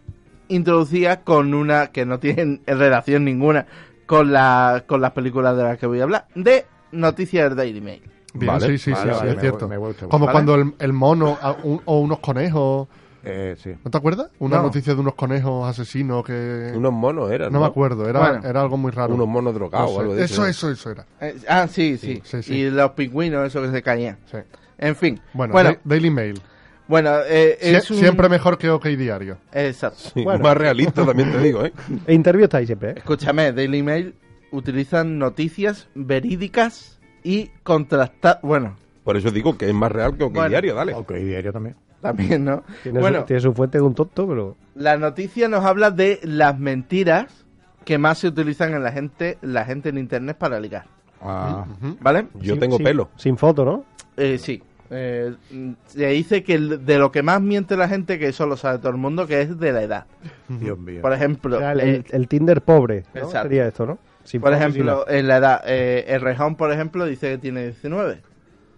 [SPEAKER 5] introducía con una que no tiene relación ninguna con, la, con las películas de las que voy a hablar, de Noticias del Daily Mail.
[SPEAKER 3] Bien,
[SPEAKER 2] Vale,
[SPEAKER 3] sí, sí, sí,
[SPEAKER 4] vale,
[SPEAKER 3] sí,
[SPEAKER 4] vale,
[SPEAKER 3] es
[SPEAKER 4] me
[SPEAKER 3] cierto.
[SPEAKER 4] voy- me voy, me voy.
[SPEAKER 3] Como
[SPEAKER 5] Vale.
[SPEAKER 3] cuando el, el mono a un- o unos conejos.
[SPEAKER 4] Eh, sí.
[SPEAKER 3] ¿No te acuerdas? Una
[SPEAKER 5] No.
[SPEAKER 3] noticia de unos conejos asesinos que.
[SPEAKER 2] Unos monos eran.
[SPEAKER 3] no me acuerdo, era,
[SPEAKER 5] Bueno.
[SPEAKER 3] era algo muy raro.
[SPEAKER 2] Unos monos drogados
[SPEAKER 3] No
[SPEAKER 2] o
[SPEAKER 3] sé.
[SPEAKER 2] algo de
[SPEAKER 3] eso,
[SPEAKER 2] eso.
[SPEAKER 3] eso, eso era.
[SPEAKER 5] Eh, ah, sí, sí.
[SPEAKER 3] Sí, sí.
[SPEAKER 5] Y los pingüinos, eso que se caían.
[SPEAKER 3] Sí.
[SPEAKER 5] En fin. Bueno,
[SPEAKER 3] Bueno,
[SPEAKER 5] bueno,
[SPEAKER 3] Da- Daily Mail.
[SPEAKER 5] eh,
[SPEAKER 3] Sie-
[SPEAKER 5] es un-
[SPEAKER 3] Siempre mejor que OK Diario.
[SPEAKER 5] Exacto.
[SPEAKER 2] Sí, Más realista también te digo, ¿eh?
[SPEAKER 6] E interview está ahí siempre, ¿eh?
[SPEAKER 5] Escúchame, Daily Mail utilizan noticias verídicas y contrastadas. Bueno,
[SPEAKER 2] Por eso digo que es más real que OK
[SPEAKER 5] Bueno.
[SPEAKER 2] Diario, dale.
[SPEAKER 4] Ok, diario también.
[SPEAKER 5] también, ¿no?
[SPEAKER 6] Tiene,
[SPEAKER 5] bueno,
[SPEAKER 6] su, tiene su fuente de un tonto, pero...
[SPEAKER 5] la noticia nos habla de las mentiras que más se utilizan en la gente, la gente en internet para ligar.
[SPEAKER 4] Ah,
[SPEAKER 5] ¿Vale?
[SPEAKER 2] Yo
[SPEAKER 6] sin-
[SPEAKER 2] tengo
[SPEAKER 6] sin-
[SPEAKER 2] pelo.
[SPEAKER 6] Sin foto, ¿no?
[SPEAKER 5] Eh, sí. Eh, mm, se dice que el- de lo que más miente la gente, que eso lo sabe todo el mundo, que es de la edad.
[SPEAKER 4] Dios mío.
[SPEAKER 5] Por ejemplo,
[SPEAKER 6] Era el,
[SPEAKER 5] eh,
[SPEAKER 6] el- el Tinder pobre, ¿no?
[SPEAKER 5] Exacto.
[SPEAKER 6] Sería esto, ¿no? Sin
[SPEAKER 5] por
[SPEAKER 6] foto, sin
[SPEAKER 5] ejemplo,
[SPEAKER 6] nada.
[SPEAKER 5] en la edad, eh, el Rejón, por ejemplo, dice que tiene 19.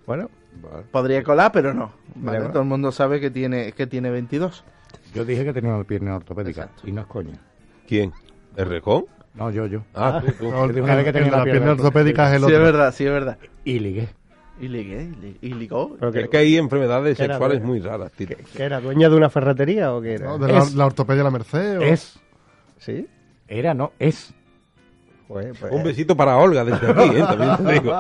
[SPEAKER 6] Bueno,
[SPEAKER 5] eh, Podría colar, pero no. ¿vale?
[SPEAKER 6] Vale.
[SPEAKER 5] Todo el mundo sabe que tiene, que tiene 22.
[SPEAKER 4] Yo dije que tenía una pierna ortopédica. Y no es coña.
[SPEAKER 2] ¿Quién? ¿El rejón?
[SPEAKER 4] No, yo, yo.
[SPEAKER 2] Ah, tú, tú.
[SPEAKER 3] No,
[SPEAKER 4] Yo tengo una vez que
[SPEAKER 3] el- el
[SPEAKER 4] tenía
[SPEAKER 3] de
[SPEAKER 4] una
[SPEAKER 3] la pierna
[SPEAKER 4] pierna
[SPEAKER 3] ortopédica es el
[SPEAKER 5] sí, es
[SPEAKER 3] otro.
[SPEAKER 5] verdad, sí, es verdad.
[SPEAKER 4] Y ligué.
[SPEAKER 5] Y ligué, y li- y ligó.
[SPEAKER 6] pero
[SPEAKER 2] Es
[SPEAKER 6] que,
[SPEAKER 2] que hay enfermedades
[SPEAKER 6] Que ¿eh? era
[SPEAKER 2] sexuales
[SPEAKER 6] de-
[SPEAKER 2] muy raras, tío.
[SPEAKER 6] que era dueña de una ferretería o qué era.
[SPEAKER 3] ¿no? De la,
[SPEAKER 4] Es-
[SPEAKER 3] la ortopedia de la Merced. o-
[SPEAKER 4] Es.
[SPEAKER 6] ¿Sí?
[SPEAKER 4] Era, no, es.
[SPEAKER 6] Pues, pues,
[SPEAKER 2] Un besito para Olga desde aquí, ¿eh? También te digo.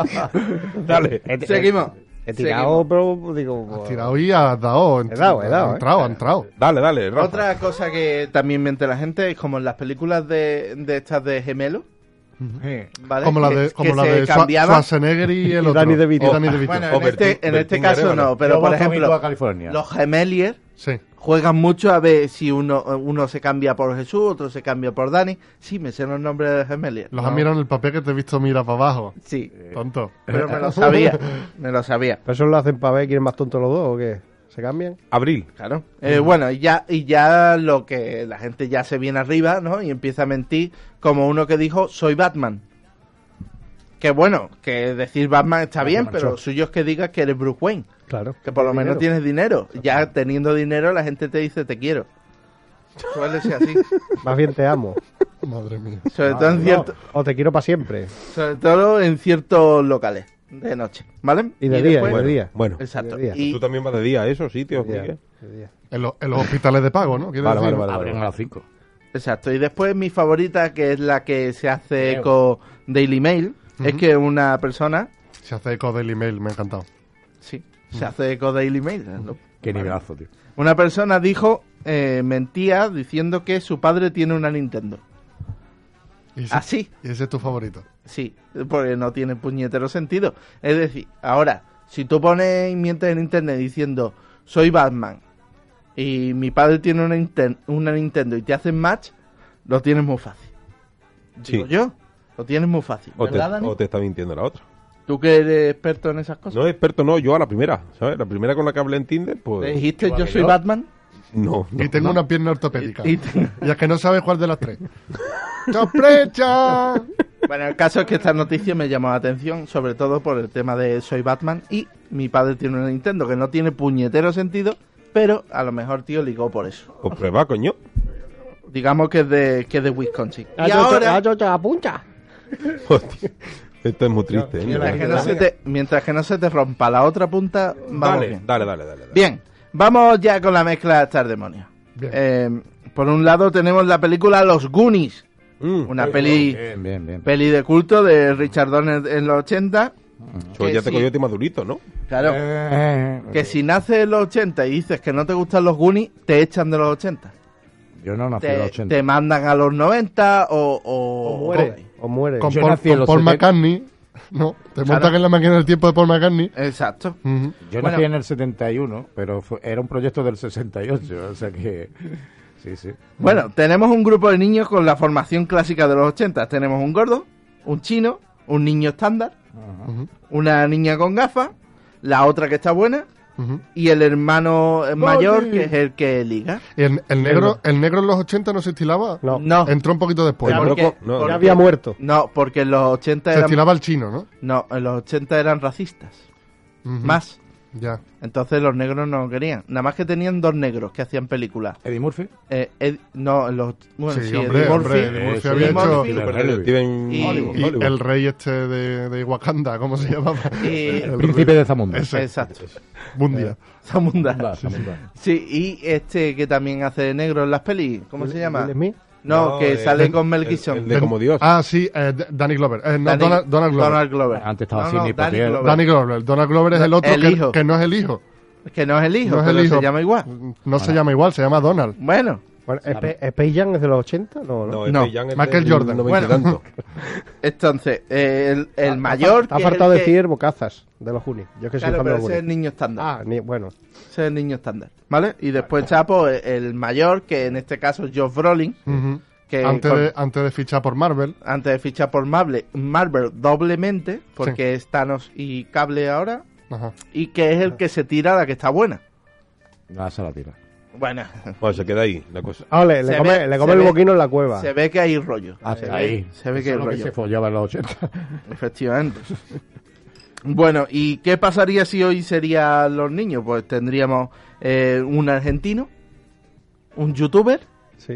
[SPEAKER 2] Dale.
[SPEAKER 6] Eh.
[SPEAKER 5] Seguimos.
[SPEAKER 6] He tirado, pero digo...
[SPEAKER 3] Has
[SPEAKER 6] pues,
[SPEAKER 3] tirado y has dado.
[SPEAKER 6] He dado, he dado,
[SPEAKER 3] Ha
[SPEAKER 6] eh.
[SPEAKER 3] entrado, ha entrado.
[SPEAKER 2] Dale, dale, Rafa.
[SPEAKER 5] Otra cosa que también miente la gente es como en las películas de, de estas de gemelos, ¿vale?
[SPEAKER 3] Como la
[SPEAKER 5] Que-
[SPEAKER 3] de,
[SPEAKER 5] que
[SPEAKER 3] como la
[SPEAKER 5] se
[SPEAKER 3] de Schwa-
[SPEAKER 5] cambiaban.
[SPEAKER 3] Schwarzenegger y el
[SPEAKER 6] Y
[SPEAKER 3] otro.
[SPEAKER 6] Danny DeVito.
[SPEAKER 3] Y Danny DeVito.
[SPEAKER 5] Bueno,
[SPEAKER 2] O
[SPEAKER 5] en
[SPEAKER 2] Bertín-
[SPEAKER 5] este, en este
[SPEAKER 2] Bertín
[SPEAKER 5] caso
[SPEAKER 2] Arevalo.
[SPEAKER 5] no, pero por ejemplo,
[SPEAKER 4] a California.
[SPEAKER 5] los gemeliers
[SPEAKER 3] Sí.
[SPEAKER 5] juegan mucho a ver si uno, uno se cambia por Jesús, otro se cambia por Dani. Sí, me sé los nombres de gemeliers.
[SPEAKER 3] Los Eh.
[SPEAKER 5] No,
[SPEAKER 3] han mirado en el papel que te he visto mirar para abajo.
[SPEAKER 5] Sí,
[SPEAKER 3] Tonto.
[SPEAKER 5] pero me lo sabía, me lo sabía.
[SPEAKER 6] ¿Pero eso lo hacen para ver quién es más tonto los dos o qué? ¿Se cambian?
[SPEAKER 2] Abril.
[SPEAKER 5] Claro. Eh, bueno, y ya, y ya lo que la gente ya se viene arriba, ¿no? Y empieza a mentir como uno que dijo, soy Batman. Que bueno, que decir Batman está bien,
[SPEAKER 4] Batman,
[SPEAKER 5] pero
[SPEAKER 4] sure.
[SPEAKER 5] lo suyo es que digas que eres Bruce Wayne.
[SPEAKER 6] Claro.
[SPEAKER 5] Que por lo menos
[SPEAKER 6] Dinero.
[SPEAKER 5] tienes dinero. Ya teniendo dinero la gente te dice, te quiero. Suele ser así.
[SPEAKER 6] Más bien te amo.
[SPEAKER 3] Madre mía.
[SPEAKER 5] Sobre todo en,
[SPEAKER 6] No,
[SPEAKER 5] cierto-
[SPEAKER 6] o te quiero para siempre.
[SPEAKER 5] sobre todo en ciertos locales de noche, ¿vale?
[SPEAKER 6] Y de día,
[SPEAKER 5] después-
[SPEAKER 6] y de día.
[SPEAKER 2] Bueno,
[SPEAKER 5] Exacto.
[SPEAKER 6] de día.
[SPEAKER 5] Y-
[SPEAKER 2] tú también vas de día a esos sitios, Miguel.
[SPEAKER 6] De día.
[SPEAKER 3] En, lo- en los hospitales de pago, ¿no? Quiero
[SPEAKER 2] Vale,
[SPEAKER 3] decir.
[SPEAKER 2] vale, vale.
[SPEAKER 4] Abren a las 5.
[SPEAKER 5] Exacto, y después mi favorita, que es la que se hace
[SPEAKER 4] Creo.
[SPEAKER 5] eco Daily Mail, es que una persona,
[SPEAKER 3] Se hace eco del email, me ha encantado.
[SPEAKER 5] sí, se hace eco Daily Mail. ¿no?
[SPEAKER 4] Qué nivelazo, tío.
[SPEAKER 5] Una persona dijo, eh, mentía diciendo que su padre tiene una Nintendo.
[SPEAKER 3] Y ese,
[SPEAKER 5] Así,
[SPEAKER 3] y ese es tu favorito.
[SPEAKER 5] sí, porque no tiene puñetero sentido. Es decir, ahora, si tú pones y mientes en internet diciendo, soy Batman, y mi padre tiene una, Inten- una Nintendo y te hacen match, lo tienes muy fácil.
[SPEAKER 2] Sí.
[SPEAKER 5] Digo yo. Lo tienes muy fácil,
[SPEAKER 2] O te,
[SPEAKER 5] ¿verdad, Dani?
[SPEAKER 2] o te está mintiendo la otra.
[SPEAKER 5] Tú que eres experto en esas cosas.
[SPEAKER 2] No, experto, no, yo a la primera, ¿sabes? La primera con la que hablé en Tinder,
[SPEAKER 5] ¿Te
[SPEAKER 2] pues.
[SPEAKER 5] dijiste yo
[SPEAKER 6] Vale,
[SPEAKER 5] soy
[SPEAKER 6] ¿no?
[SPEAKER 5] Batman?
[SPEAKER 2] No, no.
[SPEAKER 3] Y tengo una pierna ortopédica.
[SPEAKER 5] Y-
[SPEAKER 3] Y,
[SPEAKER 5] y te-
[SPEAKER 3] es que no sabes cuál de las tres. ¡Sorpresa!
[SPEAKER 5] Bueno, el caso es que esta noticia me llamó la atención, sobre todo por el tema de soy Batman y mi padre tiene una Nintendo que no tiene puñetero sentido, pero a lo mejor tío ligó por eso.
[SPEAKER 2] Pues prueba, coño.
[SPEAKER 5] Digamos que es de, que es de Wisconsin.
[SPEAKER 6] Ah,
[SPEAKER 5] Y
[SPEAKER 4] Ayocho-
[SPEAKER 5] ahora,
[SPEAKER 4] ayocho, apunta.
[SPEAKER 2] Hostia, Pues, esto es muy triste, ¿eh?
[SPEAKER 5] mientras que, no se te, mientras que no se te rompa la otra punta, vamos
[SPEAKER 2] Dale,
[SPEAKER 5] bien.
[SPEAKER 2] dale, dale, dale. dale.
[SPEAKER 5] Bien, vamos ya con la mezcla de estar demonios.
[SPEAKER 3] Bien.
[SPEAKER 5] Eh, por un lado tenemos la película Los Goonies,
[SPEAKER 2] Mm,
[SPEAKER 5] una peli,
[SPEAKER 4] Uh, Bien, bien, bien.
[SPEAKER 5] peli de culto de Richard Donner en los 80.
[SPEAKER 2] yo
[SPEAKER 5] que
[SPEAKER 2] ya te
[SPEAKER 5] sí.
[SPEAKER 2] cogió este madurito, ¿no?
[SPEAKER 5] Claro.
[SPEAKER 4] Eh,
[SPEAKER 5] Que si naces en los 80 y dices que no te gustan los Goonies, te echan de los 80.
[SPEAKER 4] Yo no nací en los
[SPEAKER 5] Te,
[SPEAKER 4] 80.
[SPEAKER 5] te mandan a los 90 o... o-
[SPEAKER 6] O muere, o muere.
[SPEAKER 3] Con,
[SPEAKER 4] Yo
[SPEAKER 3] Paul,
[SPEAKER 4] nací en
[SPEAKER 3] con
[SPEAKER 4] los
[SPEAKER 3] Paul
[SPEAKER 4] 70.
[SPEAKER 3] McCartney. No, te montas
[SPEAKER 5] Claro.
[SPEAKER 3] en la máquina del tiempo de Paul McCartney.
[SPEAKER 5] Exacto.
[SPEAKER 3] Ujú.
[SPEAKER 4] Yo
[SPEAKER 5] Bueno.
[SPEAKER 4] nací en el 71, pero fue- era un proyecto del 68, o sea que... Sí, sí.
[SPEAKER 5] Bueno, tenemos un grupo de niños con la formación clásica de los 80. Tenemos un gordo, un chino, un niño estándar, una niña con gafas, la otra que está buena
[SPEAKER 3] Ujú.
[SPEAKER 5] y el hermano mayor que es el que liga.
[SPEAKER 3] Y el, el negro, el negro en los 80 no se estilaba.
[SPEAKER 6] No.
[SPEAKER 5] No,
[SPEAKER 3] Entró un poquito después.
[SPEAKER 5] Ya,
[SPEAKER 3] ¿no?
[SPEAKER 2] Pero
[SPEAKER 5] porque-
[SPEAKER 2] co- no,
[SPEAKER 6] Ya
[SPEAKER 2] no.
[SPEAKER 6] había muerto.
[SPEAKER 5] no, porque en los 80
[SPEAKER 3] Se
[SPEAKER 5] eran,
[SPEAKER 3] estilaba el chino, ¿no?
[SPEAKER 5] no, en los 80 eran racistas.
[SPEAKER 3] Ujú.
[SPEAKER 5] Más.
[SPEAKER 3] Ya.
[SPEAKER 5] Entonces los negros no lo querían. Nada más que tenían dos negros que hacían películas.
[SPEAKER 4] Eddie Murphy.
[SPEAKER 5] Eh, Ed- no, los, bueno, sí,
[SPEAKER 3] sí,
[SPEAKER 5] Eddie
[SPEAKER 3] hombre,
[SPEAKER 5] Murphy.
[SPEAKER 3] hombre, Eddie Murphy
[SPEAKER 4] Eso,
[SPEAKER 3] había
[SPEAKER 5] Eddie
[SPEAKER 3] hecho...
[SPEAKER 5] Murphy.
[SPEAKER 2] Detective en
[SPEAKER 5] Y-
[SPEAKER 2] Hollywood,
[SPEAKER 3] Y
[SPEAKER 2] Hollywood.
[SPEAKER 3] el rey este de, de Wakanda, ¿cómo se llamaba?
[SPEAKER 5] Y-
[SPEAKER 3] El
[SPEAKER 4] Príncipe de Zamunda.
[SPEAKER 3] Ese.
[SPEAKER 5] Eh, Exacto.
[SPEAKER 3] Mundia.
[SPEAKER 5] Zamunda.
[SPEAKER 4] Zamunda, Zamunda.
[SPEAKER 5] Sí, y este que también hace de negro en las pelis, ¿cómo se llama?
[SPEAKER 6] Will Smith.
[SPEAKER 5] No, que
[SPEAKER 2] eh,
[SPEAKER 5] sale
[SPEAKER 2] el-
[SPEAKER 5] con Mel
[SPEAKER 2] el-
[SPEAKER 5] Gibson.
[SPEAKER 2] el de como Dios.
[SPEAKER 3] Ah, sí, eh, D- Danny Glover. Eh, no,
[SPEAKER 5] Danny-
[SPEAKER 3] Donald, Donald Glover.
[SPEAKER 5] Donald Glover.
[SPEAKER 4] Antes estaba
[SPEAKER 5] No, no,
[SPEAKER 4] Sidney
[SPEAKER 5] Danny
[SPEAKER 4] Poitier.
[SPEAKER 5] Glover.
[SPEAKER 3] Danny Glover. Donald Glover es el otro
[SPEAKER 5] El
[SPEAKER 3] que,
[SPEAKER 5] hijo.
[SPEAKER 3] que no es el hijo.
[SPEAKER 5] Que no es el hijo,
[SPEAKER 3] No es
[SPEAKER 5] pero
[SPEAKER 3] el
[SPEAKER 5] se
[SPEAKER 3] hijo. Mm,
[SPEAKER 5] llama igual.
[SPEAKER 3] No se llama igual, se llama Donald.
[SPEAKER 5] Bueno,
[SPEAKER 6] Bueno, Spe- Space Jam es de los 80, no, no.
[SPEAKER 2] No,
[SPEAKER 5] no.
[SPEAKER 2] este Young es
[SPEAKER 3] Michael
[SPEAKER 2] del
[SPEAKER 3] Jordan.
[SPEAKER 2] 90 y
[SPEAKER 5] Bueno.
[SPEAKER 2] tanto.
[SPEAKER 5] entonces, eh, el, el mayor.
[SPEAKER 6] Está
[SPEAKER 5] que es el
[SPEAKER 6] faltado
[SPEAKER 5] que-
[SPEAKER 6] decir bocazas de los Junis. Yo que soy
[SPEAKER 5] Claro,
[SPEAKER 6] fan de
[SPEAKER 5] pero
[SPEAKER 6] los
[SPEAKER 5] ese es el
[SPEAKER 6] Junis.
[SPEAKER 5] niño estándar.
[SPEAKER 6] Ah, ni- bueno.
[SPEAKER 5] Ese es el niño estándar. ¿Vale? Y después Chapo, el mayor, que en este caso es Josh Brolin,
[SPEAKER 3] Ujú.
[SPEAKER 5] que
[SPEAKER 3] antes,
[SPEAKER 5] Eh, con-
[SPEAKER 3] de, antes de fichar por Marvel.
[SPEAKER 5] antes de fichar por Marvel, Marvel doblemente, porque es Thanos y Cable ahora,
[SPEAKER 3] Ajá.
[SPEAKER 5] y que es el que se tira a la que está buena.
[SPEAKER 4] Ah, se la tira.
[SPEAKER 5] Bueno,
[SPEAKER 2] Bueno, se queda ahí la cosa.
[SPEAKER 6] Ah, le, le
[SPEAKER 5] Se
[SPEAKER 6] come,
[SPEAKER 5] ve-
[SPEAKER 6] le come
[SPEAKER 5] se
[SPEAKER 6] el
[SPEAKER 5] ve-
[SPEAKER 6] boquino en la cueva.
[SPEAKER 5] se ve que hay rollo.
[SPEAKER 4] Ah,
[SPEAKER 5] se,
[SPEAKER 4] ahí.
[SPEAKER 5] Ve, se ve que hay
[SPEAKER 4] Eso es lo que
[SPEAKER 5] rollo.
[SPEAKER 4] se follaba en los 80.
[SPEAKER 5] Efectivamente. Bueno, ¿y qué pasaría si hoy serían los niños? Pues tendríamos eh, un argentino, un youtuber,
[SPEAKER 6] Sí.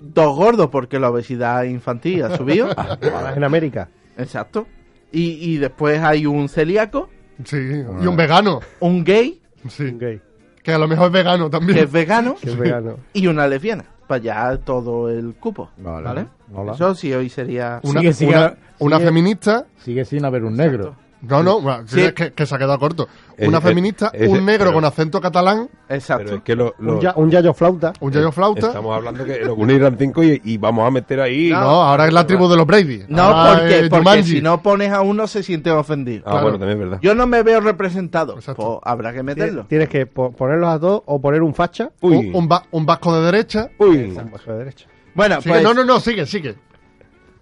[SPEAKER 5] dos gordos porque la obesidad infantil ha subido.
[SPEAKER 6] Además, en América.
[SPEAKER 5] Exacto. Y, y después hay un celíaco,
[SPEAKER 3] Sí, y un vegano.
[SPEAKER 5] un gay,
[SPEAKER 3] Sí.
[SPEAKER 6] Un gay.
[SPEAKER 3] Que a lo mejor es vegano
[SPEAKER 5] que es
[SPEAKER 3] también.
[SPEAKER 5] vegano,
[SPEAKER 6] Que es vegano.
[SPEAKER 5] y una lesbiana. Para allá todo el cupo.
[SPEAKER 4] Vale.
[SPEAKER 5] Vale.
[SPEAKER 4] Hola.
[SPEAKER 5] Eso sí hoy sería...
[SPEAKER 3] Una,
[SPEAKER 4] Sigue, sigue.
[SPEAKER 3] una- una
[SPEAKER 4] Sigue.
[SPEAKER 3] feminista.
[SPEAKER 4] Sigue sin haber un negro.
[SPEAKER 3] No, no, bueno,
[SPEAKER 5] Sí.
[SPEAKER 3] es que, que se ha quedado corto. Una
[SPEAKER 2] Eh, eh,
[SPEAKER 3] feminista,
[SPEAKER 2] eh,
[SPEAKER 3] un negro
[SPEAKER 2] pero-
[SPEAKER 3] con acento catalán,
[SPEAKER 2] Pero
[SPEAKER 5] Exacto.
[SPEAKER 2] es que lo-
[SPEAKER 6] un,
[SPEAKER 2] lo-
[SPEAKER 6] ya- un yayo flauta.
[SPEAKER 3] un yayo flauta.
[SPEAKER 2] Estamos hablando que los Goonies eran cinco y, y vamos a meter ahí.
[SPEAKER 3] No, ahora es la tribu de los Brady.
[SPEAKER 5] No,
[SPEAKER 3] Ahora
[SPEAKER 5] ¿por qué?
[SPEAKER 3] es
[SPEAKER 5] porque
[SPEAKER 3] Ah, eh, Jumanji.
[SPEAKER 5] si no pones a uno se siente ofendido.
[SPEAKER 2] Ah,
[SPEAKER 3] claro.
[SPEAKER 2] bueno, también es verdad.
[SPEAKER 5] Yo no me veo representado.
[SPEAKER 3] Exacto.
[SPEAKER 5] Pues habrá que meterlo.
[SPEAKER 6] Tienes que po- ponerlos a todos o poner un facha.
[SPEAKER 2] Uy,
[SPEAKER 3] Un, un va- un vasco de derecha.
[SPEAKER 5] Pues-
[SPEAKER 2] uy.
[SPEAKER 6] Un facha de derecha.
[SPEAKER 5] Bueno,
[SPEAKER 3] Sigue,
[SPEAKER 5] pues
[SPEAKER 3] no, no, no, sigue, sigue.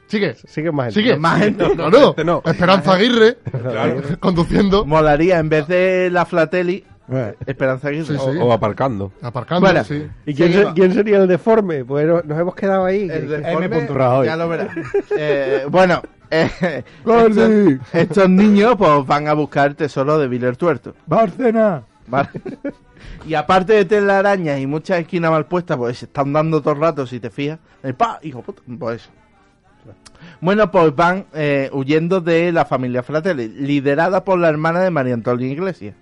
[SPEAKER 3] Sigue,
[SPEAKER 6] Sigue este más gente.
[SPEAKER 3] sigue.
[SPEAKER 5] más gente.
[SPEAKER 3] No, no.
[SPEAKER 2] gente no.
[SPEAKER 3] Esperanza Aguirre conduciendo,
[SPEAKER 5] molaría en vez de la Flatelli,
[SPEAKER 4] Eh,
[SPEAKER 5] Esperanza Aguirre.
[SPEAKER 3] Sí,
[SPEAKER 2] O,
[SPEAKER 3] sí.
[SPEAKER 2] o aparcando.
[SPEAKER 3] aparcando,
[SPEAKER 5] Bueno.
[SPEAKER 3] sí.
[SPEAKER 6] ¿Y quién, se- quién sería el deforme? Pues no- nos hemos quedado ahí.
[SPEAKER 3] Eh,
[SPEAKER 5] El
[SPEAKER 6] Que-
[SPEAKER 5] deforme,
[SPEAKER 4] M. Rajoy.
[SPEAKER 5] ya lo verás. Eh, bueno, eh, estos, estos niños pues van a buscar el tesoro de Viller Tuerto.
[SPEAKER 4] ¡Bárcena!
[SPEAKER 5] ¿vale? Y aparte de telarañas y muchas esquinas mal puestas, pues se están dando todo el rato, si te fijas. Eh, ¡Pa! Hijo puta, pues eso. Bueno, pues van eh, huyendo de la familia Fratelli, liderada por la hermana de María Antonia Iglesias.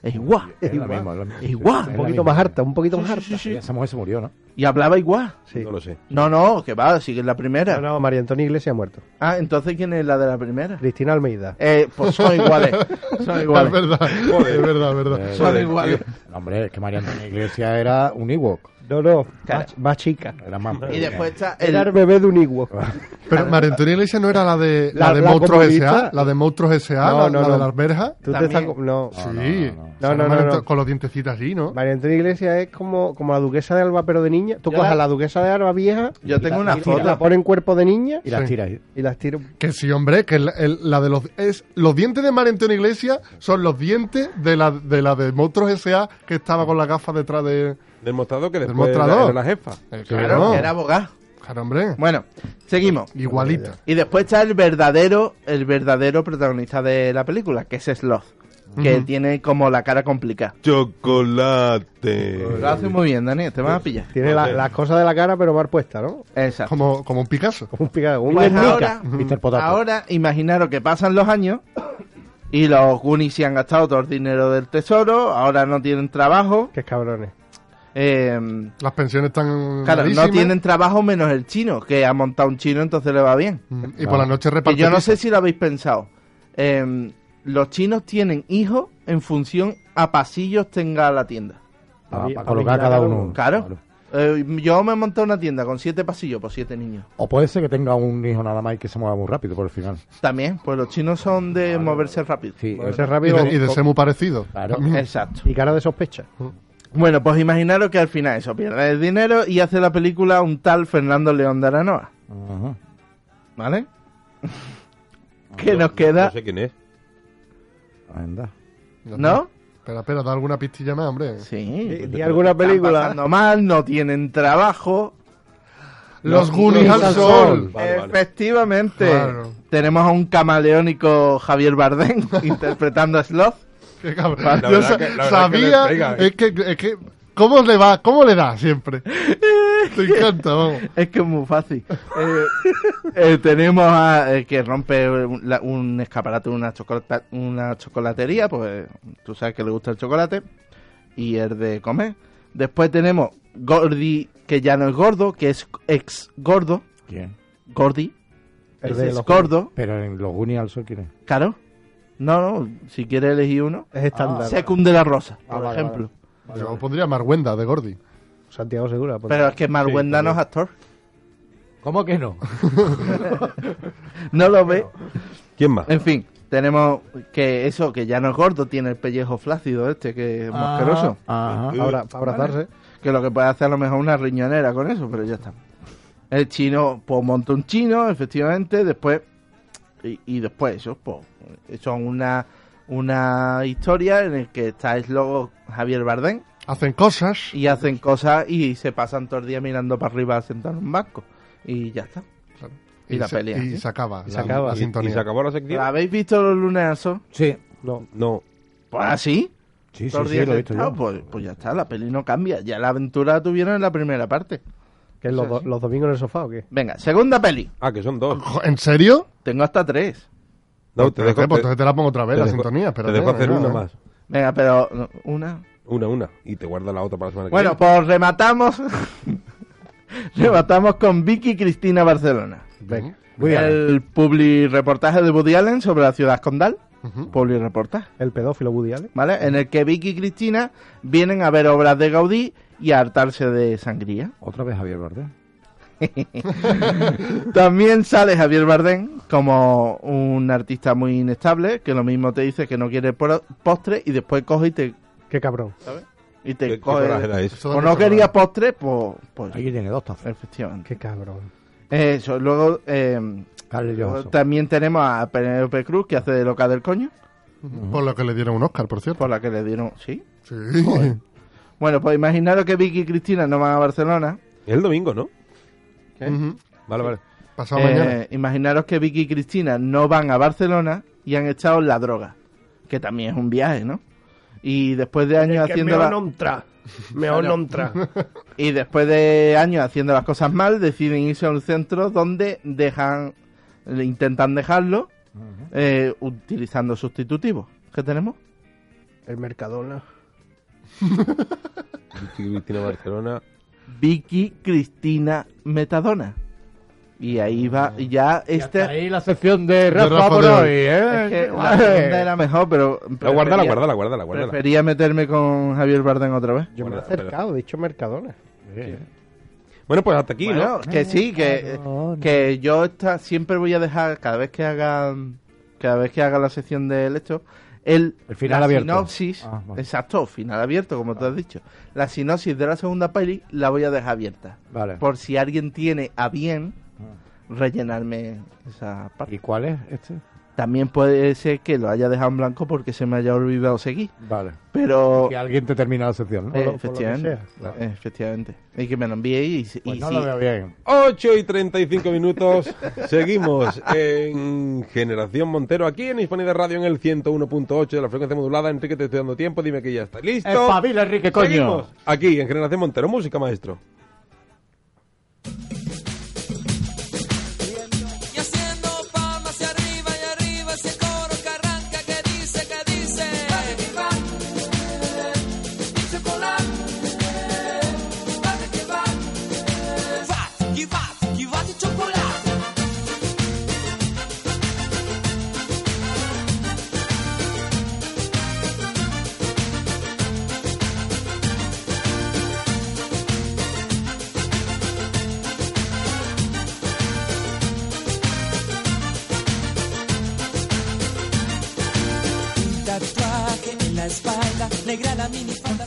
[SPEAKER 5] Es igual.
[SPEAKER 4] Es lo mismo, es lo mismo.
[SPEAKER 5] Igual.
[SPEAKER 4] Es
[SPEAKER 6] un
[SPEAKER 4] lo
[SPEAKER 6] poquito
[SPEAKER 4] mismo.
[SPEAKER 6] más harta, un poquito más harta.
[SPEAKER 5] Sí, sí, sí.
[SPEAKER 4] Esa mujer se murió, ¿no?
[SPEAKER 5] Y hablaba igual.
[SPEAKER 6] Sí.
[SPEAKER 2] No lo sé.
[SPEAKER 5] No, no, que va, sigue en la primera.
[SPEAKER 6] No, no, María Antonia Iglesias ha muerto.
[SPEAKER 5] Ah, entonces ¿quién es la de la primera?
[SPEAKER 6] Cristina Almeida.
[SPEAKER 5] Eh, pues son iguales. Son
[SPEAKER 3] Es
[SPEAKER 5] iguales.
[SPEAKER 6] Eh,
[SPEAKER 3] verdad, es verdad, es verdad.
[SPEAKER 5] Son iguales.
[SPEAKER 4] No, hombre, es que María Antonia Iglesias era un Ewok.
[SPEAKER 6] No, no,
[SPEAKER 5] Claro.
[SPEAKER 6] más, más chica.
[SPEAKER 4] Era más.
[SPEAKER 5] Y después está el,
[SPEAKER 6] Era el bebé de un iguo.
[SPEAKER 3] Pero María Antonia Iglesias no era la de la,
[SPEAKER 6] La-
[SPEAKER 3] de
[SPEAKER 6] la
[SPEAKER 3] Monstruos
[SPEAKER 6] comunista.
[SPEAKER 3] S.A., la de Monstruos S.A.,
[SPEAKER 6] No,
[SPEAKER 3] la,
[SPEAKER 6] no,
[SPEAKER 3] la de
[SPEAKER 6] no.
[SPEAKER 3] las verjas.
[SPEAKER 6] Tú te
[SPEAKER 5] También.
[SPEAKER 6] estás... co- No,
[SPEAKER 4] Ah.
[SPEAKER 3] Sí.
[SPEAKER 6] no, no. No, no, no,
[SPEAKER 3] María
[SPEAKER 6] no.
[SPEAKER 3] Anto- Con los dientecitos así, ¿no?
[SPEAKER 6] María Antonia Iglesias es como, como la duquesa de Alba, pero de niña. Tú
[SPEAKER 5] Yo
[SPEAKER 6] coges
[SPEAKER 5] la-
[SPEAKER 6] a la duquesa de Alba vieja,
[SPEAKER 5] yo tengo una
[SPEAKER 6] y la
[SPEAKER 5] foto.
[SPEAKER 6] pones en cuerpo de niña
[SPEAKER 4] Y las
[SPEAKER 3] Sí.
[SPEAKER 4] tiras. ahí.
[SPEAKER 6] y las tiras.
[SPEAKER 3] Que sí, hombre, que el- el- la de los es- los dientes de María Antonia Iglesias son los dientes de la de la de Monstruos S.A. que estaba con la gafa detrás de eh,
[SPEAKER 2] Del mostrador que
[SPEAKER 3] Del
[SPEAKER 2] después era-
[SPEAKER 3] mostrador.
[SPEAKER 2] era la jefa.
[SPEAKER 3] Eh,
[SPEAKER 5] Claro, que era abogado.
[SPEAKER 3] claro, hombre,
[SPEAKER 5] Bueno, seguimos.
[SPEAKER 3] igualita.
[SPEAKER 5] Y después está el verdadero, el verdadero protagonista de la película, que es Sloth, que tiene como la cara complicada.
[SPEAKER 2] Chocolate.
[SPEAKER 5] Lo hace muy bien, Daniel, te vas a pillar.
[SPEAKER 4] Ah,
[SPEAKER 6] Tiene la- las cosas de la cara, pero mal puesta, ¿no?
[SPEAKER 5] Exacto.
[SPEAKER 3] Como, como un Picasso.
[SPEAKER 6] Como un picado. Un
[SPEAKER 5] Pues
[SPEAKER 6] Guernica.
[SPEAKER 5] ahora,
[SPEAKER 4] Mr. Potato.
[SPEAKER 5] ahora imaginaros que pasan los años y los Goonies se han gastado todo el dinero del tesoro, ahora no tienen trabajo,
[SPEAKER 6] Qué cabrones.
[SPEAKER 5] eh,
[SPEAKER 3] Las pensiones están
[SPEAKER 5] claro, no
[SPEAKER 3] carísimas.
[SPEAKER 5] tienen trabajo menos el chino, que ha montado un chino entonces le va bien.
[SPEAKER 3] Mm, Y por la noche
[SPEAKER 5] Que
[SPEAKER 3] reparten.
[SPEAKER 5] yo no sé si lo habéis pensado. Eh, los chinos tienen hijos en función a pasillos tenga la tienda.
[SPEAKER 4] Para,
[SPEAKER 6] Había-
[SPEAKER 4] para colocar cada uno.
[SPEAKER 5] Claro. Eh, yo me he montado una tienda con siete pasillos por siete niños.
[SPEAKER 4] O puede ser que tenga un hijo nada más y que se mueva muy rápido por el final.
[SPEAKER 5] También, pues los chinos son de moverse rápido.
[SPEAKER 4] Sí.
[SPEAKER 6] Puede ser
[SPEAKER 3] y
[SPEAKER 6] rápido
[SPEAKER 3] de, y de ser muy parecido.
[SPEAKER 4] Claro.
[SPEAKER 5] Exacto.
[SPEAKER 6] y cara de sospecha.
[SPEAKER 5] Bueno, pues imaginaros que al final eso pierde el dinero y hace la película un tal Fernando León de Aranoa,
[SPEAKER 4] Ajá. Ah,
[SPEAKER 5] ¿vale? que
[SPEAKER 2] No-
[SPEAKER 5] nos queda,
[SPEAKER 2] No sé quién es.
[SPEAKER 4] Anda.
[SPEAKER 3] Ya está.
[SPEAKER 5] ¿no?
[SPEAKER 3] Espera, espera, da alguna pistilla más, hombre.
[SPEAKER 5] Sí.
[SPEAKER 6] Y alguna
[SPEAKER 5] Están
[SPEAKER 6] película.
[SPEAKER 5] pasando mal, no tienen trabajo,
[SPEAKER 3] Los Goonies al sol.
[SPEAKER 2] Vale, vale.
[SPEAKER 5] Efectivamente.
[SPEAKER 3] Claro.
[SPEAKER 5] Tenemos a un camaleónico Javier Bardem interpretando a Sloth.
[SPEAKER 3] Qué cabrón.
[SPEAKER 2] La
[SPEAKER 3] Yo
[SPEAKER 2] verdad
[SPEAKER 3] sa-
[SPEAKER 2] que- la verdad que le
[SPEAKER 3] sabía.
[SPEAKER 2] pega, eh.
[SPEAKER 3] es, que, es que. ¿Cómo le va? ¿Cómo le da siempre? Te encanta, vamos.
[SPEAKER 5] Es que es muy fácil. Eh, eh, tenemos a eh, que rompe un, la- un escaparate, una, chocolata- una chocolatería, pues tú sabes que le gusta el chocolate y es de comer. Después tenemos Gordy, que ya no es gordo, que es ex gordo.
[SPEAKER 4] ¿Quién?
[SPEAKER 5] Gordy,
[SPEAKER 6] El
[SPEAKER 5] es
[SPEAKER 6] de
[SPEAKER 5] ex
[SPEAKER 6] los-
[SPEAKER 5] gordo,
[SPEAKER 4] Pero en los Goonies al sol, ¿quién es?
[SPEAKER 5] claro. No, no, si quiere elegir uno.
[SPEAKER 6] Es estándar.
[SPEAKER 5] Secund de la Rosa,
[SPEAKER 6] Ah,
[SPEAKER 5] por
[SPEAKER 6] vale,
[SPEAKER 5] ejemplo.
[SPEAKER 3] Yo pondría Marguenda de Gordi.
[SPEAKER 6] Santiago Segura. por-
[SPEAKER 5] Pero es que Marguenda no es actor.
[SPEAKER 4] ¿Cómo que no?
[SPEAKER 5] No lo ve.
[SPEAKER 2] ¿Quién más?
[SPEAKER 5] En fin, tenemos que eso, que ya no es gordo, tiene el pellejo flácido este, que es mosqueroso.
[SPEAKER 4] Ajá.
[SPEAKER 6] Abra- para abrazarse.
[SPEAKER 5] Que lo que puede hacer a lo mejor una riñonera con eso, pero ya está. El chino, pues monta un chino, efectivamente, después. Y, y después eso, pues. Son una, una historia en el que está es luego Javier Bardem
[SPEAKER 3] Hacen cosas.
[SPEAKER 5] y hacen cosas y se pasan todo el día mirando para arriba sentado en un banco. Y ya está.
[SPEAKER 3] Claro.
[SPEAKER 5] y la
[SPEAKER 3] se,
[SPEAKER 5] pelea,
[SPEAKER 3] Y
[SPEAKER 5] ¿sí?
[SPEAKER 3] se acaba.
[SPEAKER 6] Se
[SPEAKER 3] la-
[SPEAKER 6] acaba.
[SPEAKER 3] La
[SPEAKER 2] ¿Y, y
[SPEAKER 3] sintonía.
[SPEAKER 2] se acabó la
[SPEAKER 5] ¿La
[SPEAKER 2] sección?
[SPEAKER 5] habéis visto los lunes al sol?
[SPEAKER 4] Sí.
[SPEAKER 6] No.
[SPEAKER 2] No.
[SPEAKER 5] Pues así.
[SPEAKER 4] Sí, sí,
[SPEAKER 5] Todos los
[SPEAKER 4] sí,
[SPEAKER 5] días
[SPEAKER 4] lo he
[SPEAKER 5] que
[SPEAKER 4] visto
[SPEAKER 5] está,
[SPEAKER 4] yo.
[SPEAKER 5] Pues, pues ya está, la peli no cambia. Ya la aventura la tuvieron en la primera parte.
[SPEAKER 6] Que es los, do-
[SPEAKER 5] Sí, sí.
[SPEAKER 6] los domingos en el sofá o qué.
[SPEAKER 5] Venga, segunda peli.
[SPEAKER 2] Ah, que son dos.
[SPEAKER 3] Jo, ¿En serio?
[SPEAKER 5] Tengo hasta tres.
[SPEAKER 2] No, te
[SPEAKER 3] Espérate,
[SPEAKER 2] dejo,
[SPEAKER 3] pues
[SPEAKER 2] te-
[SPEAKER 3] entonces te la pongo otra vez,
[SPEAKER 2] te
[SPEAKER 3] la
[SPEAKER 2] dejo-
[SPEAKER 3] sintonía.
[SPEAKER 2] te
[SPEAKER 3] espérate,
[SPEAKER 2] dejo hacer
[SPEAKER 3] venga,
[SPEAKER 2] una
[SPEAKER 3] eh.
[SPEAKER 2] más.
[SPEAKER 5] Venga, pero no, una.
[SPEAKER 2] Una, una. Y te guarda la otra para la semana que
[SPEAKER 5] Bueno,
[SPEAKER 2] viene.
[SPEAKER 5] pues rematamos. rematamos con Vicky Cristina Barcelona.
[SPEAKER 3] Venga.
[SPEAKER 4] Woody Allen.
[SPEAKER 5] el publi reportaje de Woody Allen sobre la ciudad condal.
[SPEAKER 3] Ujú.
[SPEAKER 5] Publi reportaje,
[SPEAKER 6] El pedófilo Woody Allen.
[SPEAKER 5] ¿vale? En el que Vicky y Cristina vienen a ver obras de Gaudí y a hartarse de sangría.
[SPEAKER 4] Otra vez Javier Bardem.
[SPEAKER 5] También sale Javier Bardem como un artista muy inestable, que lo mismo te dice que no quiere pro- postre y después coge y te,
[SPEAKER 6] Qué cabrón.
[SPEAKER 5] y
[SPEAKER 2] ¿Qué,
[SPEAKER 5] pues, te
[SPEAKER 2] qué
[SPEAKER 5] coge.
[SPEAKER 2] coraje da eso?
[SPEAKER 3] Eso da
[SPEAKER 5] o no
[SPEAKER 3] mucho
[SPEAKER 5] quería
[SPEAKER 3] coraje.
[SPEAKER 5] postre, pues, pues
[SPEAKER 4] Aquí tiene dos tazas.
[SPEAKER 5] efectivamente.
[SPEAKER 6] Qué cabrón.
[SPEAKER 5] Eso, luego eh,
[SPEAKER 4] Carlos Johansson.
[SPEAKER 5] también tenemos a Penélope Cruz, que hace de loca del coño,
[SPEAKER 3] Ujú. Por Pues lo que le dieron un Oscar, por cierto.
[SPEAKER 5] por la que le dieron, ¿sí?
[SPEAKER 3] Sí.
[SPEAKER 5] Bueno, pues imaginaros que Vicky y Cristina no van a Barcelona.
[SPEAKER 2] Es el domingo, ¿no?
[SPEAKER 3] Ujú.
[SPEAKER 2] Vale, vale.
[SPEAKER 3] Pasado
[SPEAKER 5] Eh,
[SPEAKER 3] mañana.
[SPEAKER 5] imaginaros que Vicky y Cristina no van a Barcelona y han echado la droga, que también es un viaje, ¿no? Y después de años haciendo la-
[SPEAKER 6] Me onontra.
[SPEAKER 5] y después de años haciendo las cosas mal, deciden irse a un centro donde dejan le intentan dejarlo eh, utilizando sustitutivos. ¿Qué tenemos?
[SPEAKER 6] El Mercadona.
[SPEAKER 2] Vicky Cristina Barcelona.
[SPEAKER 5] Vicky Cristina Metadona. Y ahí va ya este
[SPEAKER 4] ahí la sección de
[SPEAKER 3] Rafa Rafa por de hoy, hoy.
[SPEAKER 4] ¿eh?
[SPEAKER 5] es que la segunda era mejor, pero
[SPEAKER 2] No, guárdala,
[SPEAKER 5] prefería-
[SPEAKER 2] guárdala, guárdala, guárdala.
[SPEAKER 5] Prefería meterme con Javier Bardem otra vez.
[SPEAKER 6] Yo me he
[SPEAKER 2] Guarda, espera.
[SPEAKER 6] acercado, he dicho Mercadona.
[SPEAKER 4] Bien.
[SPEAKER 2] Bueno, pues hasta aquí, ¿no?
[SPEAKER 5] Bueno, que sí, que,
[SPEAKER 4] cabrón.
[SPEAKER 5] que yo esta, siempre voy a dejar, cada vez que haga, cada vez que haga la sección del esto, el,
[SPEAKER 4] El final
[SPEAKER 5] la
[SPEAKER 4] abierto.
[SPEAKER 5] sinopsis,
[SPEAKER 4] Ah, vale.
[SPEAKER 5] exacto, final abierto, como tú has dicho, la sinopsis de la segunda peli la voy a dejar abierta,
[SPEAKER 4] Vale. Ah.
[SPEAKER 5] por si alguien tiene a bien rellenarme esa parte.
[SPEAKER 4] ¿Y cuál es este?
[SPEAKER 5] También puede ser que lo haya dejado en blanco porque se me haya olvidado seguir,
[SPEAKER 4] Vale.
[SPEAKER 5] pero
[SPEAKER 4] Que alguien te termina la sección, ¿no?
[SPEAKER 5] eh,
[SPEAKER 6] por lo- por lo que
[SPEAKER 5] efectivamente,
[SPEAKER 6] sea,
[SPEAKER 4] claro.
[SPEAKER 5] eh, efectivamente, y que me lo envíe y, y
[SPEAKER 4] Pues no
[SPEAKER 5] si-
[SPEAKER 4] lo veo bien.
[SPEAKER 2] 8 y 35 minutos. Seguimos en Generación Montero, aquí en Hispanidad Radio, en el 101.8 de la frecuencia modulada. Enrique, te estoy dando tiempo, dime que ya está listo.
[SPEAKER 4] Espabila, Enrique, coño.
[SPEAKER 2] Seguimos aquí, en Generación Montero. Música, maestro.
[SPEAKER 8] Y haciendo palmas hacia arriba y arriba ese coro que arranca que dice, que dice Dale que va, eh, mi chocolate eh, Dale que va, eh, va, que va, que va tu chocolate Un tatuaje en la espalda, negra la minifalda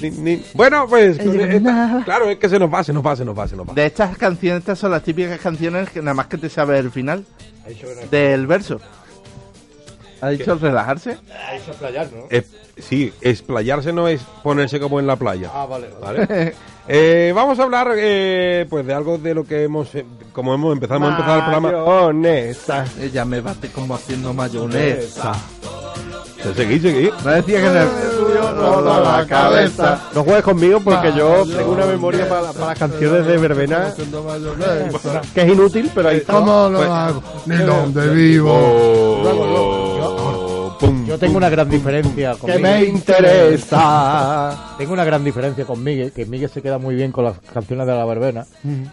[SPEAKER 2] Ni- ni- Bueno, pues. con esta- claro, es que se nos va, se nos va, se nos va, se nos va.
[SPEAKER 5] De estas canciones, estas son las típicas canciones que nada más que te sabes el final del verso. ¿Ha dicho relajarse?
[SPEAKER 2] Es- sí, explayarse no es ponerse como en la playa.
[SPEAKER 4] Ah, vale. vale.
[SPEAKER 2] ¿vale? Eh, vamos a hablar eh, pues de algo de lo que hemos eh, como hemos empezado, hemos empezado el programa.
[SPEAKER 6] Mayonesa.
[SPEAKER 5] Ella me bate como haciendo mayonesa.
[SPEAKER 2] Seguí, seguí.
[SPEAKER 5] No decía que
[SPEAKER 3] subió toda la cabeza.
[SPEAKER 6] No juegues conmigo porque yo
[SPEAKER 3] Mayonesa.
[SPEAKER 6] tengo una memoria para, para las canciones de verbena
[SPEAKER 3] Haciendo mayonesa.
[SPEAKER 6] que es inútil, pero ahí está.
[SPEAKER 3] ¿Cómo lo hago? Ni dónde vivo.
[SPEAKER 2] Oh, pum,
[SPEAKER 4] Yo tengo
[SPEAKER 2] pum.
[SPEAKER 4] una gran diferencia con
[SPEAKER 6] Que
[SPEAKER 4] Miguel.
[SPEAKER 6] me interesa.
[SPEAKER 4] Tengo una gran diferencia con Miguel, que Miguel se queda muy bien con las canciones de la verbena.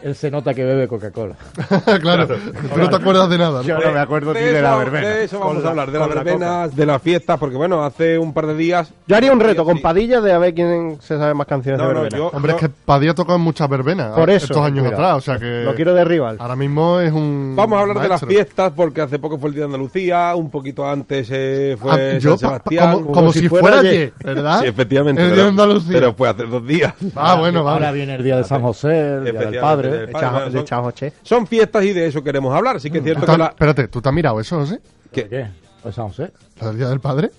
[SPEAKER 4] Él se nota que bebe Coca-Cola.
[SPEAKER 3] claro, tú no te acuerdas de nada. ¿no?
[SPEAKER 4] no me acuerdo
[SPEAKER 2] De eso- De eso vamos a hablar, de las verbenas, de las fiestas, porque bueno, hace un par de días.
[SPEAKER 6] Yo haría un reto con
[SPEAKER 2] Sí.
[SPEAKER 6] Padilla de a ver quién se sabe más canciones
[SPEAKER 2] No,
[SPEAKER 6] de
[SPEAKER 2] no,
[SPEAKER 6] verbena.
[SPEAKER 2] yo.
[SPEAKER 3] Hombre,
[SPEAKER 2] yo-
[SPEAKER 3] es que Padilla tocado en muchas verbenas
[SPEAKER 6] Por eso,
[SPEAKER 3] estos años
[SPEAKER 6] mira,
[SPEAKER 3] atrás, o sea que
[SPEAKER 2] eh,
[SPEAKER 6] Lo quiero de rival.
[SPEAKER 3] ahora mismo es un
[SPEAKER 2] Vamos a hablar de las
[SPEAKER 3] maestro.
[SPEAKER 2] fiestas, porque hace poco fue el Día de Andalucía, un poquito antes eh,
[SPEAKER 3] Ah,
[SPEAKER 2] fue
[SPEAKER 3] yo,
[SPEAKER 2] San
[SPEAKER 3] pa- pa-
[SPEAKER 2] Sebastián.
[SPEAKER 3] como, como si fuera ayer, ¿verdad?
[SPEAKER 2] Sí, efectivamente.
[SPEAKER 3] El día
[SPEAKER 2] pero-
[SPEAKER 3] de Andalucía.
[SPEAKER 2] Pero fue hace dos días.
[SPEAKER 3] ah, bueno, vale.
[SPEAKER 4] Ahora viene el día de San José, el día del padre.
[SPEAKER 2] Efectivamente, del
[SPEAKER 6] Chajo-
[SPEAKER 2] Bueno,
[SPEAKER 6] de
[SPEAKER 2] son-
[SPEAKER 6] Chajoche.
[SPEAKER 2] Son fiestas y de eso queremos hablar. Sí que es cierto
[SPEAKER 3] Tú
[SPEAKER 2] que
[SPEAKER 3] has-
[SPEAKER 2] la.
[SPEAKER 3] Espérate, ¿tú te has mirado eso, José?
[SPEAKER 2] ¿Qué?
[SPEAKER 4] ¿Qué? ¿El San José?
[SPEAKER 3] ¿Lo del Día del Padre?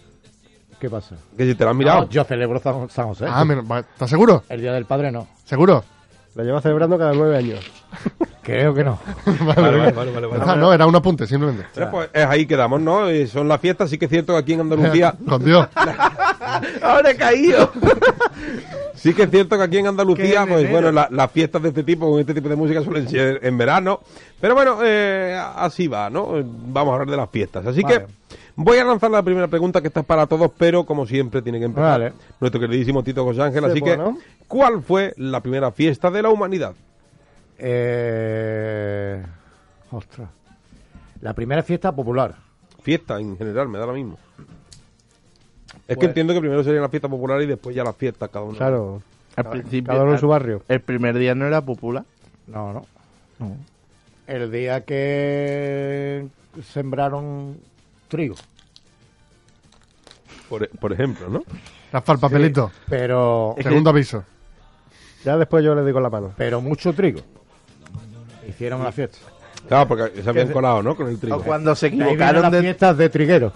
[SPEAKER 4] ¿Qué pasa?
[SPEAKER 2] Que si te lo han
[SPEAKER 4] No,
[SPEAKER 2] mirado.
[SPEAKER 4] yo celebro San San
[SPEAKER 6] Eh,
[SPEAKER 4] José.
[SPEAKER 3] Ah, menos- va, ¿estás seguro?
[SPEAKER 4] El día del padre no.
[SPEAKER 3] ¿Seguro?
[SPEAKER 6] Lo llevo celebrando cada nueve años.
[SPEAKER 4] Creo que no.
[SPEAKER 2] Vale, vale, vale, vale, vale.
[SPEAKER 3] Ah, no, era un apunte, simplemente.
[SPEAKER 2] Bueno, pues es ahí quedamos, ¿no? Eh, son las fiestas, sí que es cierto que aquí en Andalucía.
[SPEAKER 3] Con Dios.
[SPEAKER 5] Ahora he caído.
[SPEAKER 2] Sí que es cierto que aquí en Andalucía,
[SPEAKER 5] Qué
[SPEAKER 2] pues
[SPEAKER 5] veneno.
[SPEAKER 2] bueno, la- las fiestas de este tipo, con este tipo de música suelen ser en verano. Pero bueno, eh, así va, ¿no? Vamos a hablar de las fiestas. Así que voy a lanzar la primera pregunta, que esta es para todos, pero como siempre tiene que empezar
[SPEAKER 4] Vale.
[SPEAKER 2] nuestro queridísimo Tito Gosángel. Así que,
[SPEAKER 6] bueno.
[SPEAKER 2] ¿cuál fue la primera fiesta de la humanidad?
[SPEAKER 4] Eh... Ostras. La primera fiesta popular.
[SPEAKER 2] Fiesta en general, me da lo mismo. Es que entiendo que primero sería la fiesta popular y después ya las fiestas cada uno.
[SPEAKER 6] Claro.
[SPEAKER 5] Al principio,
[SPEAKER 6] Cada uno en su barrio.
[SPEAKER 5] el primer día no era popular.
[SPEAKER 4] No, no. El día que sembraron trigo.
[SPEAKER 2] Por, por ejemplo, ¿no?
[SPEAKER 3] Rafa, el papelito.
[SPEAKER 4] Pero,
[SPEAKER 3] Segundo aviso.
[SPEAKER 6] Ya después yo le digo la mano.
[SPEAKER 4] pero mucho trigo. Hicieron una fiesta.
[SPEAKER 2] Claro, porque se habían colado, ¿no? Con el trigo.
[SPEAKER 5] O cuando se
[SPEAKER 4] De ahí vienen
[SPEAKER 5] equivocaron
[SPEAKER 4] las
[SPEAKER 5] de...
[SPEAKER 4] fiestas de trigueros.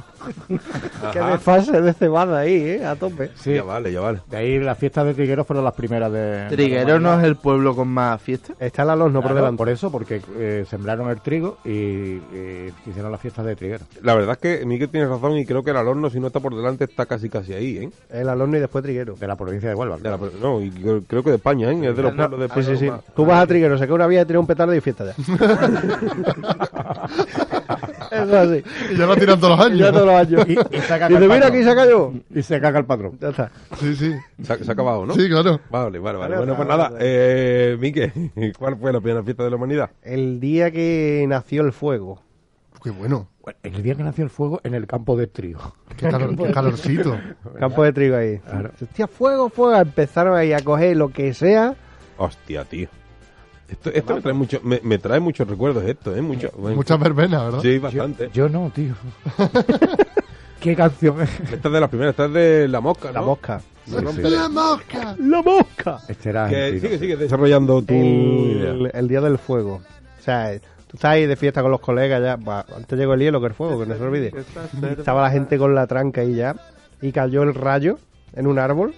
[SPEAKER 6] Qué desfase de cebada ahí, ¿eh? A tope.
[SPEAKER 4] Sí.
[SPEAKER 2] Ya vale, ya vale.
[SPEAKER 4] De ahí las fiestas de trigueros fueron las primeras de...
[SPEAKER 5] Triguero no es el pueblo con más fiestas.
[SPEAKER 6] Está el alosno por
[SPEAKER 4] Claro,
[SPEAKER 6] delante.
[SPEAKER 4] por eso, porque eh, sembraron el trigo y, eh, hicieron las fiestas de trigueros.
[SPEAKER 2] La verdad es que Miguel tiene razón y creo que el alorno, si no está por delante, está casi casi ahí, ¿eh?
[SPEAKER 6] El alosno y después triguero.
[SPEAKER 4] De la provincia de Huelva.
[SPEAKER 2] De la- no, y creo- creo que de España, ¿eh? Es de los
[SPEAKER 5] No,
[SPEAKER 2] pueblos de
[SPEAKER 6] Sí,
[SPEAKER 4] pues,
[SPEAKER 2] España.
[SPEAKER 6] sí, sí.
[SPEAKER 2] más-
[SPEAKER 6] Tú vas a triguero, saca una vía, tira un petardo y fiesta ya. eso así.
[SPEAKER 3] Y ya lo tiran todos los
[SPEAKER 6] Ya todos
[SPEAKER 3] años.
[SPEAKER 6] los años.
[SPEAKER 4] Y- y saca
[SPEAKER 6] Dice,
[SPEAKER 4] el
[SPEAKER 6] mira
[SPEAKER 4] patrón".
[SPEAKER 6] aquí, saca yo.
[SPEAKER 4] Y se caga el patrón.
[SPEAKER 6] Ya está.
[SPEAKER 3] Sí, sí.
[SPEAKER 2] Se, ha- se ha acabado, ¿no?
[SPEAKER 3] Sí, claro.
[SPEAKER 2] Vale, vale, vale.
[SPEAKER 6] Vale,
[SPEAKER 2] Bueno, pues
[SPEAKER 6] vale,
[SPEAKER 2] nada, eh, Miguel, ¿cuál fue la primera fiesta de la humanidad?
[SPEAKER 6] El día que nació el fuego.
[SPEAKER 3] Qué bueno.
[SPEAKER 4] Bueno, el día que nació el fuego en el campo de trío.
[SPEAKER 3] Qué, calor- qué calorcito.
[SPEAKER 6] Pues Campo de trigo ahí.
[SPEAKER 4] Claro.
[SPEAKER 6] Hostia, fuego, fuego. Empezaron ahí a coger lo que sea.
[SPEAKER 2] Hostia, tío. Esto, esto me trae mucho, me, me trae muchos recuerdos esto, ¿eh? Mucho,
[SPEAKER 3] Muchas verbenas, ¿verdad?
[SPEAKER 2] Sí, bastante.
[SPEAKER 4] Yo no, tío. ¿Qué canción es?
[SPEAKER 2] Esta es de las primeras, esta es de La Mosca, ¿no?
[SPEAKER 6] La mosca.
[SPEAKER 2] Se rompe
[SPEAKER 3] ¡La mosca!
[SPEAKER 6] ¡La mosca!
[SPEAKER 4] Este era
[SPEAKER 2] Que
[SPEAKER 4] argentino.
[SPEAKER 2] sigue, sigue desarrollando tu
[SPEAKER 6] El,
[SPEAKER 2] idea.
[SPEAKER 6] el día del fuego. O sea, eh, tú estás ahí de fiesta con los colegas ya. bah, antes llegó el hielo que el fuego, que no se olvide. Estaba la gente con la tranca ahí ya. Y cayó el rayo en un árbol.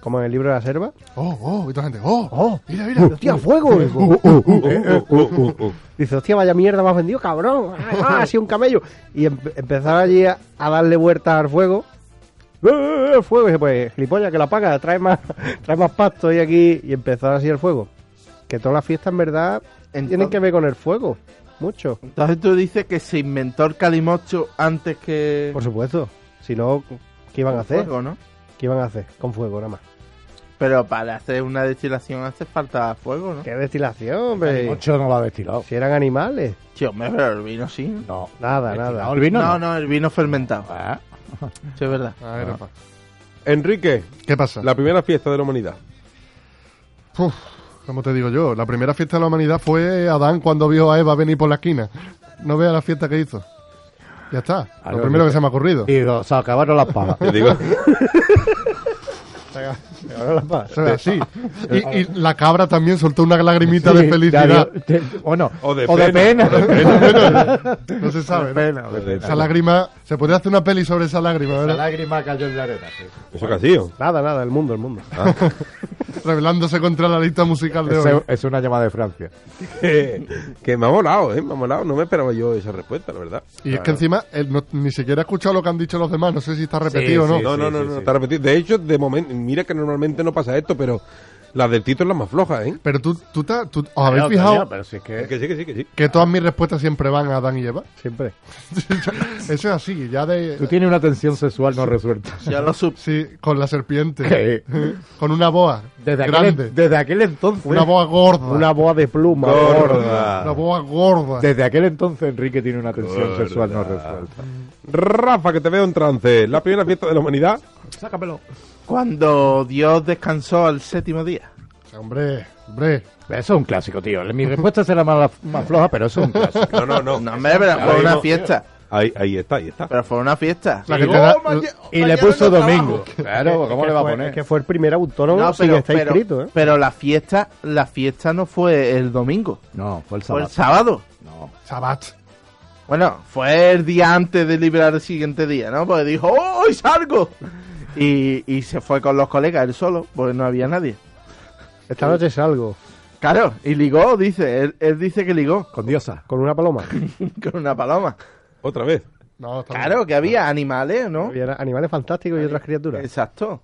[SPEAKER 6] Como en el libro de la selva.
[SPEAKER 3] ¡Oh, oh! Y toda la gente. ¡Oh!
[SPEAKER 6] ¡Oh!
[SPEAKER 3] ¡Mira, mira!
[SPEAKER 6] ¡Hostia, fuego! Digo.
[SPEAKER 2] Uh, uh, uh, uh, uh.
[SPEAKER 6] Dice, hostia, vaya mierda, me has vendido, cabrón. Ah, ha sido un camello. Y em- empezaron allí a, a darle vueltas al fuego. ¡Eh, eh, eh, fuego! Y dice, pues, gilipollas, que la paga, trae más, trae más pasto y aquí. Y empezaron así el fuego. Que todas las fiestas, en verdad, tienen
[SPEAKER 5] Entonces-
[SPEAKER 6] que ver con el fuego. Mucho.
[SPEAKER 5] Entonces tú dices que se inventó el calimocho antes que...
[SPEAKER 6] Por supuesto. Si no, ¿qué iban a
[SPEAKER 5] el
[SPEAKER 6] hacer?
[SPEAKER 5] fuego, ¿no?
[SPEAKER 6] ¿Qué iban a hacer? Con fuego, nada más.
[SPEAKER 5] Pero para hacer una destilación hace falta fuego, ¿no?
[SPEAKER 6] ¡Qué destilación, hombre!
[SPEAKER 4] Ocho no lo ha destilado.
[SPEAKER 6] Si eran animales.
[SPEAKER 5] Sí, hombre, pero el vino sí. ¿no?
[SPEAKER 4] No.
[SPEAKER 6] Nada,
[SPEAKER 4] ¿Destilado
[SPEAKER 6] nada.
[SPEAKER 4] Ah, el vino?
[SPEAKER 5] No, no, el vino fermentado.
[SPEAKER 4] Ah,
[SPEAKER 5] Sí, es verdad.
[SPEAKER 3] A ver, Rafa.
[SPEAKER 2] Enrique,
[SPEAKER 3] ¿Qué pasa?
[SPEAKER 2] la primera fiesta de la humanidad.
[SPEAKER 3] Uf, como te digo yo, la primera fiesta de la humanidad fue Adán cuando vio a Eva venir por la esquina. No vea la fiesta que hizo. Ya está.
[SPEAKER 4] Algo
[SPEAKER 3] Lo primero
[SPEAKER 4] que-
[SPEAKER 3] que se me ha ocurrido.
[SPEAKER 4] Digo, se acabaron las pajas.
[SPEAKER 2] Te digo,
[SPEAKER 3] O sea, sí. Y, y la cabra también soltó una lagrimita de felicidad.
[SPEAKER 4] o no.
[SPEAKER 2] O de pena,
[SPEAKER 4] pena.
[SPEAKER 3] No se sabe. ¿no?
[SPEAKER 4] Pena, o de pena.
[SPEAKER 3] Esa lágrima. Se podría hacer una peli sobre esa lágrima,
[SPEAKER 4] La
[SPEAKER 3] ¿verdad?
[SPEAKER 4] lágrima cayó en la arena. sí.
[SPEAKER 2] eso que ha sido.
[SPEAKER 6] Nada, nada, el mundo, el mundo.
[SPEAKER 3] Rebelándose contra la lista musical Ah, de hoy.
[SPEAKER 4] Ese- Es una llamada de Francia.
[SPEAKER 2] que, que me ha molado, ¿eh? Me ha molado. No me esperaba yo esa respuesta, la verdad.
[SPEAKER 3] Y es que encima él no- ni siquiera ha escuchado lo que han dicho los demás. No sé si está repetido
[SPEAKER 4] Sí,
[SPEAKER 3] o no.
[SPEAKER 4] sí,
[SPEAKER 2] No, no, no, no, está repetido. De hecho, de momento, mira que normalmente no pasa esto, pero la del Tito es la más floja, ¿eh?
[SPEAKER 3] Pero tú, tú, te- tú- os habéis
[SPEAKER 4] Pero,
[SPEAKER 3] fijado
[SPEAKER 4] coño, Pero si es que...
[SPEAKER 2] Que sí, que sí, que sí.
[SPEAKER 3] que todas mis respuestas siempre van a Adán y Eva.
[SPEAKER 6] Siempre.
[SPEAKER 3] Eso es así, ya de.
[SPEAKER 4] Tú tienes una tensión sexual no resuelta.
[SPEAKER 5] Ya lo supe.
[SPEAKER 3] Sí, con la serpiente.
[SPEAKER 4] ¿Qué?
[SPEAKER 3] Con una boa.
[SPEAKER 4] Desde aquel,
[SPEAKER 3] grande.
[SPEAKER 4] desde aquel entonces.
[SPEAKER 3] Una boa gorda.
[SPEAKER 6] Una boa de pluma.
[SPEAKER 3] Una boa gorda.
[SPEAKER 4] Desde aquel entonces Enrique tiene una tensión sexual no resuelta.
[SPEAKER 2] Rafa, que te veo en trance. La primera fiesta de la humanidad.
[SPEAKER 4] Sácamelo.
[SPEAKER 5] Cuando Dios descansó al séptimo día.
[SPEAKER 3] Hombre, hombre.
[SPEAKER 4] Eso es un clásico, tío. Mi respuesta será más, más floja, pero eso es un clásico.
[SPEAKER 2] No, no, no.
[SPEAKER 5] No, hombre, pero
[SPEAKER 2] Ahora
[SPEAKER 5] fue una
[SPEAKER 2] mismo-
[SPEAKER 5] fiesta.
[SPEAKER 2] Ahí, ahí está, ahí está.
[SPEAKER 5] Pero fue una fiesta.
[SPEAKER 3] La que te da-
[SPEAKER 4] Y le puso domingo. Claro, ¿cómo le va a
[SPEAKER 6] Fue-
[SPEAKER 4] poner?
[SPEAKER 6] que fue el primer autónomo
[SPEAKER 5] No,
[SPEAKER 6] sin estar inscrito, ¿eh?
[SPEAKER 5] pero la fiesta, la fiesta no fue el domingo,
[SPEAKER 4] No, fue
[SPEAKER 6] Pues,
[SPEAKER 4] el
[SPEAKER 5] fue el
[SPEAKER 4] sábado.
[SPEAKER 5] sábado.
[SPEAKER 4] No.
[SPEAKER 3] Sabat.
[SPEAKER 5] Bueno, fue el día antes de liberar el siguiente día, ¿no? Porque dijo, ¡oh, hoy salgo! Y, y se fue con los colegas, él solo, porque no había nadie.
[SPEAKER 6] Esta noche salgo
[SPEAKER 5] Claro, y ligó, dice, él, él dice que ligó
[SPEAKER 4] Con diosa.
[SPEAKER 6] con una paloma.
[SPEAKER 5] con una paloma.
[SPEAKER 2] Otra vez.
[SPEAKER 3] No, está bien.
[SPEAKER 5] Claro, que había animales, ¿no?
[SPEAKER 6] Había animales fantásticos y otras criaturas.
[SPEAKER 5] Exacto.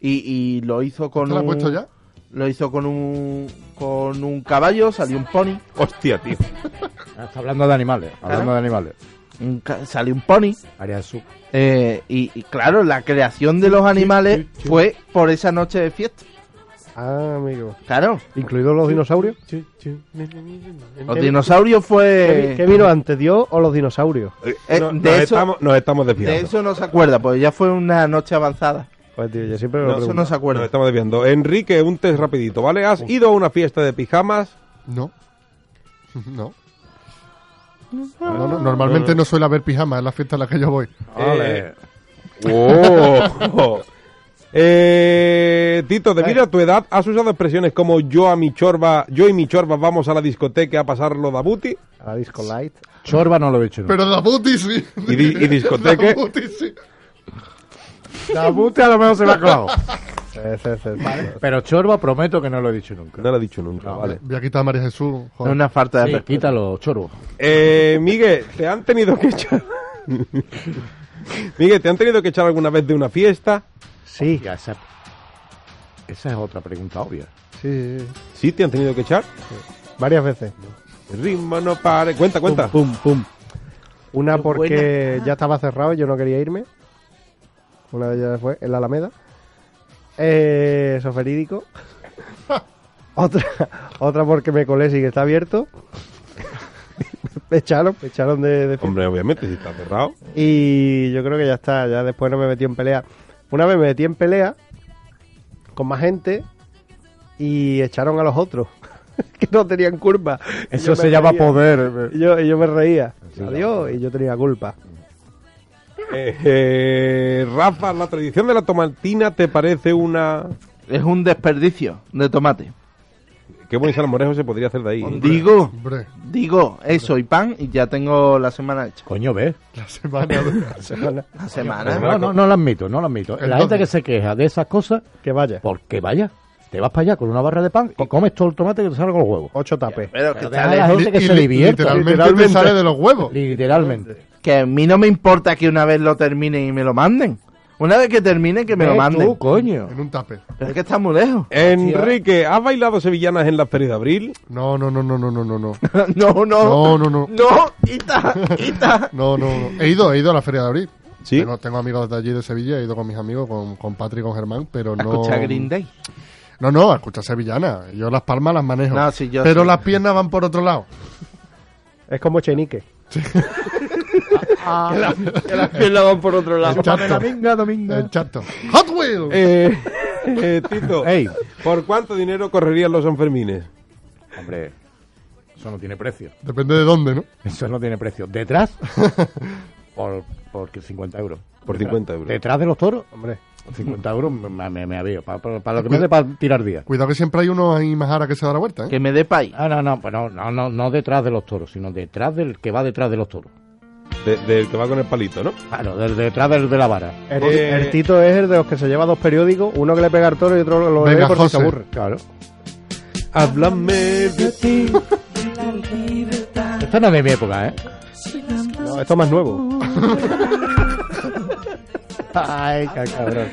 [SPEAKER 5] Y, y lo hizo con
[SPEAKER 3] ¿Te la has
[SPEAKER 5] un-
[SPEAKER 3] puesto ya?
[SPEAKER 5] Lo hizo con un con un caballo, salió un pony,
[SPEAKER 2] Hostia, tío.
[SPEAKER 4] Está hablando de animales. Hablando de animales.
[SPEAKER 5] un ca- salió un pony.
[SPEAKER 4] Área Sur.
[SPEAKER 5] eh, y, y claro, la creación de los animales fue por esa noche de fiesta.
[SPEAKER 6] Ah, amigo.
[SPEAKER 5] Claro,
[SPEAKER 6] ¿Incluidos los dinosaurios?
[SPEAKER 5] los dinosaurios fue.
[SPEAKER 6] ¿Qué, qué vino antes, Dios o los dinosaurios?
[SPEAKER 5] Eh,
[SPEAKER 2] No-
[SPEAKER 5] de
[SPEAKER 2] nos,
[SPEAKER 5] eso-
[SPEAKER 2] estamos, nos estamos
[SPEAKER 5] De
[SPEAKER 2] desviando.
[SPEAKER 5] eso no se acuerda, porque ya fue una noche avanzada.
[SPEAKER 6] Pues tío, yo siempre me lo
[SPEAKER 5] No, eso
[SPEAKER 6] pregunto.
[SPEAKER 5] no se
[SPEAKER 2] Nos
[SPEAKER 5] acuerda.
[SPEAKER 2] estamos desviando. Enrique, un test rapidito, ¿vale? ¿Has ido a una fiesta de pijamas?
[SPEAKER 3] No. No. No, no, Normalmente no suele haber pijamas en la fiesta a la que yo voy.
[SPEAKER 2] Vale. ¡Oh! Eh, Tito, debido a tu edad, ¿has usado expresiones como yo a mi chorba, yo y mi chorba vamos a la discoteca a pasarlo da buti?
[SPEAKER 6] A Disco Light.
[SPEAKER 4] Chorba no lo he hecho nunca.
[SPEAKER 3] Pero la buti sí.
[SPEAKER 2] Y di- y discoteque.
[SPEAKER 3] La buti sí.
[SPEAKER 4] La bute a lo mejor se la ha clavado.
[SPEAKER 6] Sí, Eh, sí, sí, sí.
[SPEAKER 4] Pero chorba prometo que no lo he dicho nunca.
[SPEAKER 2] No lo he dicho nunca, vale.
[SPEAKER 3] Voy a quitar a María Jesús.
[SPEAKER 5] Es
[SPEAKER 3] joder.
[SPEAKER 5] una falta de
[SPEAKER 4] Sí,
[SPEAKER 5] respeto.
[SPEAKER 4] quítalo, chorbo.
[SPEAKER 2] Eh, Miguel, ¿te han tenido que echar? Miguel, ¿te han tenido que echar alguna vez de una fiesta?
[SPEAKER 6] Sí,
[SPEAKER 4] Hostia, esa, esa es otra pregunta obvia.
[SPEAKER 6] sí, sí.
[SPEAKER 2] Sí, te han tenido que echar.
[SPEAKER 6] Varias veces.
[SPEAKER 2] El ritmo no pare. Cuenta, cuenta.
[SPEAKER 6] Pum, pum. Una porque ya estaba cerrado y yo no quería irme. Una de ellas fue en la Alameda. Eh, eso es verídico. otra, otra porque me colé sí que está abierto. Me echaron, me echaron de, de fiesta.
[SPEAKER 2] Hombre, obviamente, si está cerrado.
[SPEAKER 6] Y yo creo que ya está, ya después no me metí en pelea. Una vez me metí en pelea con más gente y echaron a los otros que no tenían culpa. Y yo
[SPEAKER 4] Eso
[SPEAKER 6] me
[SPEAKER 4] se llama
[SPEAKER 6] reía.
[SPEAKER 4] poder. eh.
[SPEAKER 6] Y yo, y yo me reía. Adiós, y yo tenía culpa.
[SPEAKER 2] Eh, eh, Rafa, ¿la tradición de la tomatina te parece una...?
[SPEAKER 5] Es un desperdicio de tomate.
[SPEAKER 2] Qué buen salmorejo se podría hacer de ahí. ¿eh?
[SPEAKER 5] Digo,
[SPEAKER 3] Hombre,
[SPEAKER 5] digo eso y pan y ya tengo la semana hecha.
[SPEAKER 4] Coño, ¿ves?
[SPEAKER 3] la semana de...
[SPEAKER 5] La
[SPEAKER 2] Coño,
[SPEAKER 5] semana.
[SPEAKER 4] No, no, no lo admito, no lo admito. La gente que se queja de esas cosas,
[SPEAKER 6] Que vaya.
[SPEAKER 4] porque vaya, te vas para allá con una barra de pan y comes todo el tomate que te salga el huevo.
[SPEAKER 6] Ocho tapes.
[SPEAKER 5] Pero que,
[SPEAKER 4] Pero
[SPEAKER 5] está
[SPEAKER 4] deja a la
[SPEAKER 5] lejos.
[SPEAKER 4] gente que
[SPEAKER 3] Y
[SPEAKER 4] se
[SPEAKER 3] li-
[SPEAKER 4] divierta.
[SPEAKER 3] literalmente,
[SPEAKER 4] literalmente.
[SPEAKER 3] me sale de los huevos.
[SPEAKER 4] Literalmente.
[SPEAKER 5] que a mí no me importa que una vez lo terminen y me lo manden. Una vez que terminen, que me lo
[SPEAKER 4] Ve
[SPEAKER 5] manden.
[SPEAKER 4] tú, coño.
[SPEAKER 3] En un tape.
[SPEAKER 5] Pero es que está muy lejos.
[SPEAKER 2] Enrique, ¿has bailado sevillanas en la feria de abril?
[SPEAKER 3] No, no, no, no, no, no, no, no.
[SPEAKER 5] no, no.
[SPEAKER 3] No, no, no.
[SPEAKER 5] No, quita, quita.
[SPEAKER 3] No, no, no. He ido, he ido a la feria de abril.
[SPEAKER 2] Sí.
[SPEAKER 3] Tengo, tengo amigos de allí de Sevilla, he ido con mis amigos, con, con Patrick, con Germán, pero
[SPEAKER 5] ¿Has
[SPEAKER 3] no.
[SPEAKER 5] escuchado Green Day?
[SPEAKER 3] No, no, a escuchar sevillana. Yo las palmas las manejo.
[SPEAKER 5] No, sí, yo
[SPEAKER 3] pero
[SPEAKER 5] sí.
[SPEAKER 3] las piernas van por otro lado.
[SPEAKER 6] Es como chenique.
[SPEAKER 3] Exacto. Exacto. Hot Wheels.
[SPEAKER 2] Eh, eh, Tito,
[SPEAKER 4] Ey.
[SPEAKER 2] ¿por cuánto dinero correrían los Sanfermines?
[SPEAKER 4] Hombre, eso no tiene precio.
[SPEAKER 3] Depende de dónde, ¿no?
[SPEAKER 4] Eso no tiene precio. Detrás, por, por 50 euros.
[SPEAKER 2] Por
[SPEAKER 4] Detrás.
[SPEAKER 2] 50 euros.
[SPEAKER 4] Detrás de los toros,
[SPEAKER 6] Hombre.
[SPEAKER 4] 50 euros me, me, me avío. Para, lo que me dé para tirar días.
[SPEAKER 3] Cuidado que siempre hay unos ahí más ahora que se da la vuelta, ¿eh?
[SPEAKER 5] Que me dé país.
[SPEAKER 4] Ah, no, no, pues no, no, no, no detrás de los toros, sino detrás del que va detrás de los toros.
[SPEAKER 2] De- del que va con el palito, ¿no?
[SPEAKER 4] Claro, del- detrás del de la vara.
[SPEAKER 6] El,
[SPEAKER 2] Eh.
[SPEAKER 6] el Tito es el de los que se lleva dos periódicos, uno que le pega al toro y otro lo
[SPEAKER 3] Venga,
[SPEAKER 6] lee porque
[SPEAKER 3] José.
[SPEAKER 6] se aburre. Claro.
[SPEAKER 2] Háblame de ti.
[SPEAKER 4] Esta no es de mi época, ¿eh?
[SPEAKER 6] No, esto es más nuevo.
[SPEAKER 4] Ay, qué cabrón.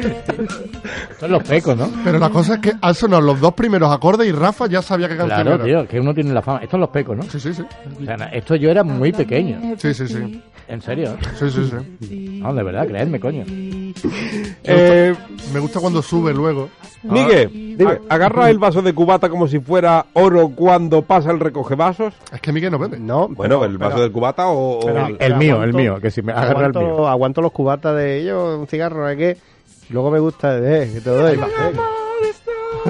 [SPEAKER 4] Son los pecos, ¿no?
[SPEAKER 3] Pero la cosa es que han sonado los dos primeros acordes y Rafa ya sabía que canción
[SPEAKER 4] Claro,
[SPEAKER 3] era.
[SPEAKER 4] tío, que uno tiene la fama. Estos son los pecos, ¿no?
[SPEAKER 3] Sí, sí, sí.
[SPEAKER 4] O sea, na- esto yo era muy pequeño.
[SPEAKER 3] Sí, sí, sí.
[SPEAKER 4] En serio. ¿eh?
[SPEAKER 3] Sí, sí, sí.
[SPEAKER 4] No, de verdad, creedme, coño.
[SPEAKER 2] Eh,
[SPEAKER 3] Me gusta cuando sube luego.
[SPEAKER 2] Miguel, a- agarra el vaso de cubata como si fuera oro cuando pasa el recoge vasos.
[SPEAKER 3] Es que Miguel no bebe.
[SPEAKER 6] No.
[SPEAKER 2] Bueno, el vaso del cubata o, o-
[SPEAKER 4] Pero- El mío, el mío, que si me agarra el
[SPEAKER 6] aguanto,
[SPEAKER 4] mío.
[SPEAKER 6] Aguanto los cubatas de ellos, un cigarro, no sé qué. Luego me gusta, eh, que te doy.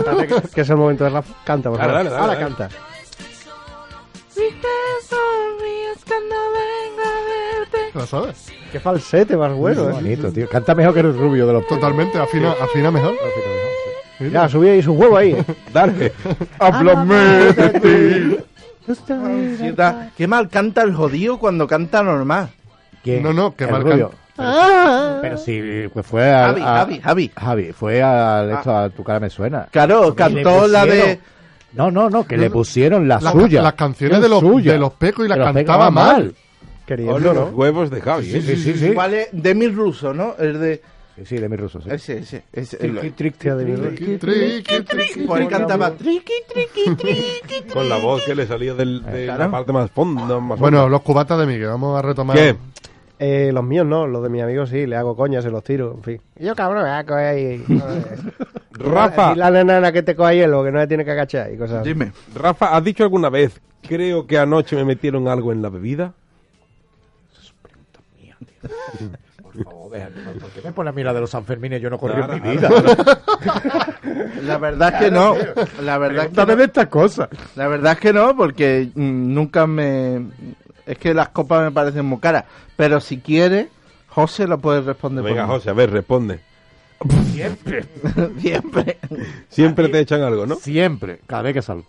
[SPEAKER 6] Dale, que, que es el momento de Rafa. Canta, por
[SPEAKER 2] Dale,
[SPEAKER 6] favor.
[SPEAKER 2] dale, dale,
[SPEAKER 6] Ahora
[SPEAKER 2] dale.
[SPEAKER 6] canta.
[SPEAKER 3] ¿La sabes?
[SPEAKER 6] Qué falsete más bueno, eh.
[SPEAKER 4] Bonito, tío. Canta mejor que el rubio de los toros.
[SPEAKER 3] Totalmente. Afina, afina mejor.
[SPEAKER 6] Ya, subí ahí su huevo ahí. eh.
[SPEAKER 2] Dale.
[SPEAKER 5] Háblame de ti. Qué mal canta el jodido cuando canta normal.
[SPEAKER 4] ¿Quién?
[SPEAKER 3] No, no, que
[SPEAKER 4] El
[SPEAKER 3] mal
[SPEAKER 4] rubio.
[SPEAKER 3] canta.
[SPEAKER 4] Pero si pues fue a,
[SPEAKER 5] Javi,
[SPEAKER 4] a-
[SPEAKER 5] Javi, Javi. Ah.
[SPEAKER 4] Javi, fue a, esto, a tu cara me suena.
[SPEAKER 5] Claro,
[SPEAKER 4] Y le
[SPEAKER 5] cantó la de...
[SPEAKER 4] pusieron- No, no, no, que le pusieron la
[SPEAKER 3] Las-
[SPEAKER 4] suya.
[SPEAKER 3] las canciones
[SPEAKER 4] Era
[SPEAKER 3] de los-
[SPEAKER 4] suya.
[SPEAKER 3] de los pecos y la
[SPEAKER 4] Que los pecos
[SPEAKER 3] cantaba
[SPEAKER 4] van
[SPEAKER 3] mal.
[SPEAKER 6] Queriendo,
[SPEAKER 2] Ole los
[SPEAKER 6] ¿no?
[SPEAKER 2] huevos de Javi. ¿eh?
[SPEAKER 4] Sí, sí, sí.
[SPEAKER 5] ¿Cuál es? Demi Russo, ¿no? El de...
[SPEAKER 4] Sí, sí, de mi ruso, sí.
[SPEAKER 5] Ese, ese, ese. el-
[SPEAKER 6] Hostia, de verdad.
[SPEAKER 3] Triqui, triqui, triqui.
[SPEAKER 5] Pues él cantaba... Triqui, triqui, triqui.
[SPEAKER 2] Con la voz que le salía del- de la
[SPEAKER 5] Claro.
[SPEAKER 2] parte más fonda. Más
[SPEAKER 3] Bueno, los cubatas de Miguel. Vamos a retomar.
[SPEAKER 2] ¿Qué?
[SPEAKER 6] Eh, los míos no, los de mis amigos sí, le hago coña, se los tiro, en fin. Y Yo cabrón, me voy a coger ahí.
[SPEAKER 2] Rafa,
[SPEAKER 6] Y la nana que te coja hielo, que no le tiene que agachar y cosas así.
[SPEAKER 5] Dime.
[SPEAKER 2] Rafa, ¿has dicho alguna vez, creo que anoche me metieron algo en la bebida?
[SPEAKER 4] Por favor, vean, ¿por qué me pone a mí la de los Sanfermines? Yo no corrí en mi vida.
[SPEAKER 5] La verdad es que no. La verdad es que
[SPEAKER 4] Dame
[SPEAKER 5] no.
[SPEAKER 4] de estas cosas.
[SPEAKER 5] La verdad es que no, porque mm, nunca me... Es que las copas me parecen muy caras. Pero si quiere, José lo puede responder
[SPEAKER 2] Venga,
[SPEAKER 5] por
[SPEAKER 2] José, a ver, responde.
[SPEAKER 5] mí. Siempre.
[SPEAKER 2] Siempre te echan algo, ¿no?
[SPEAKER 4] Siempre, cada vez que salgo.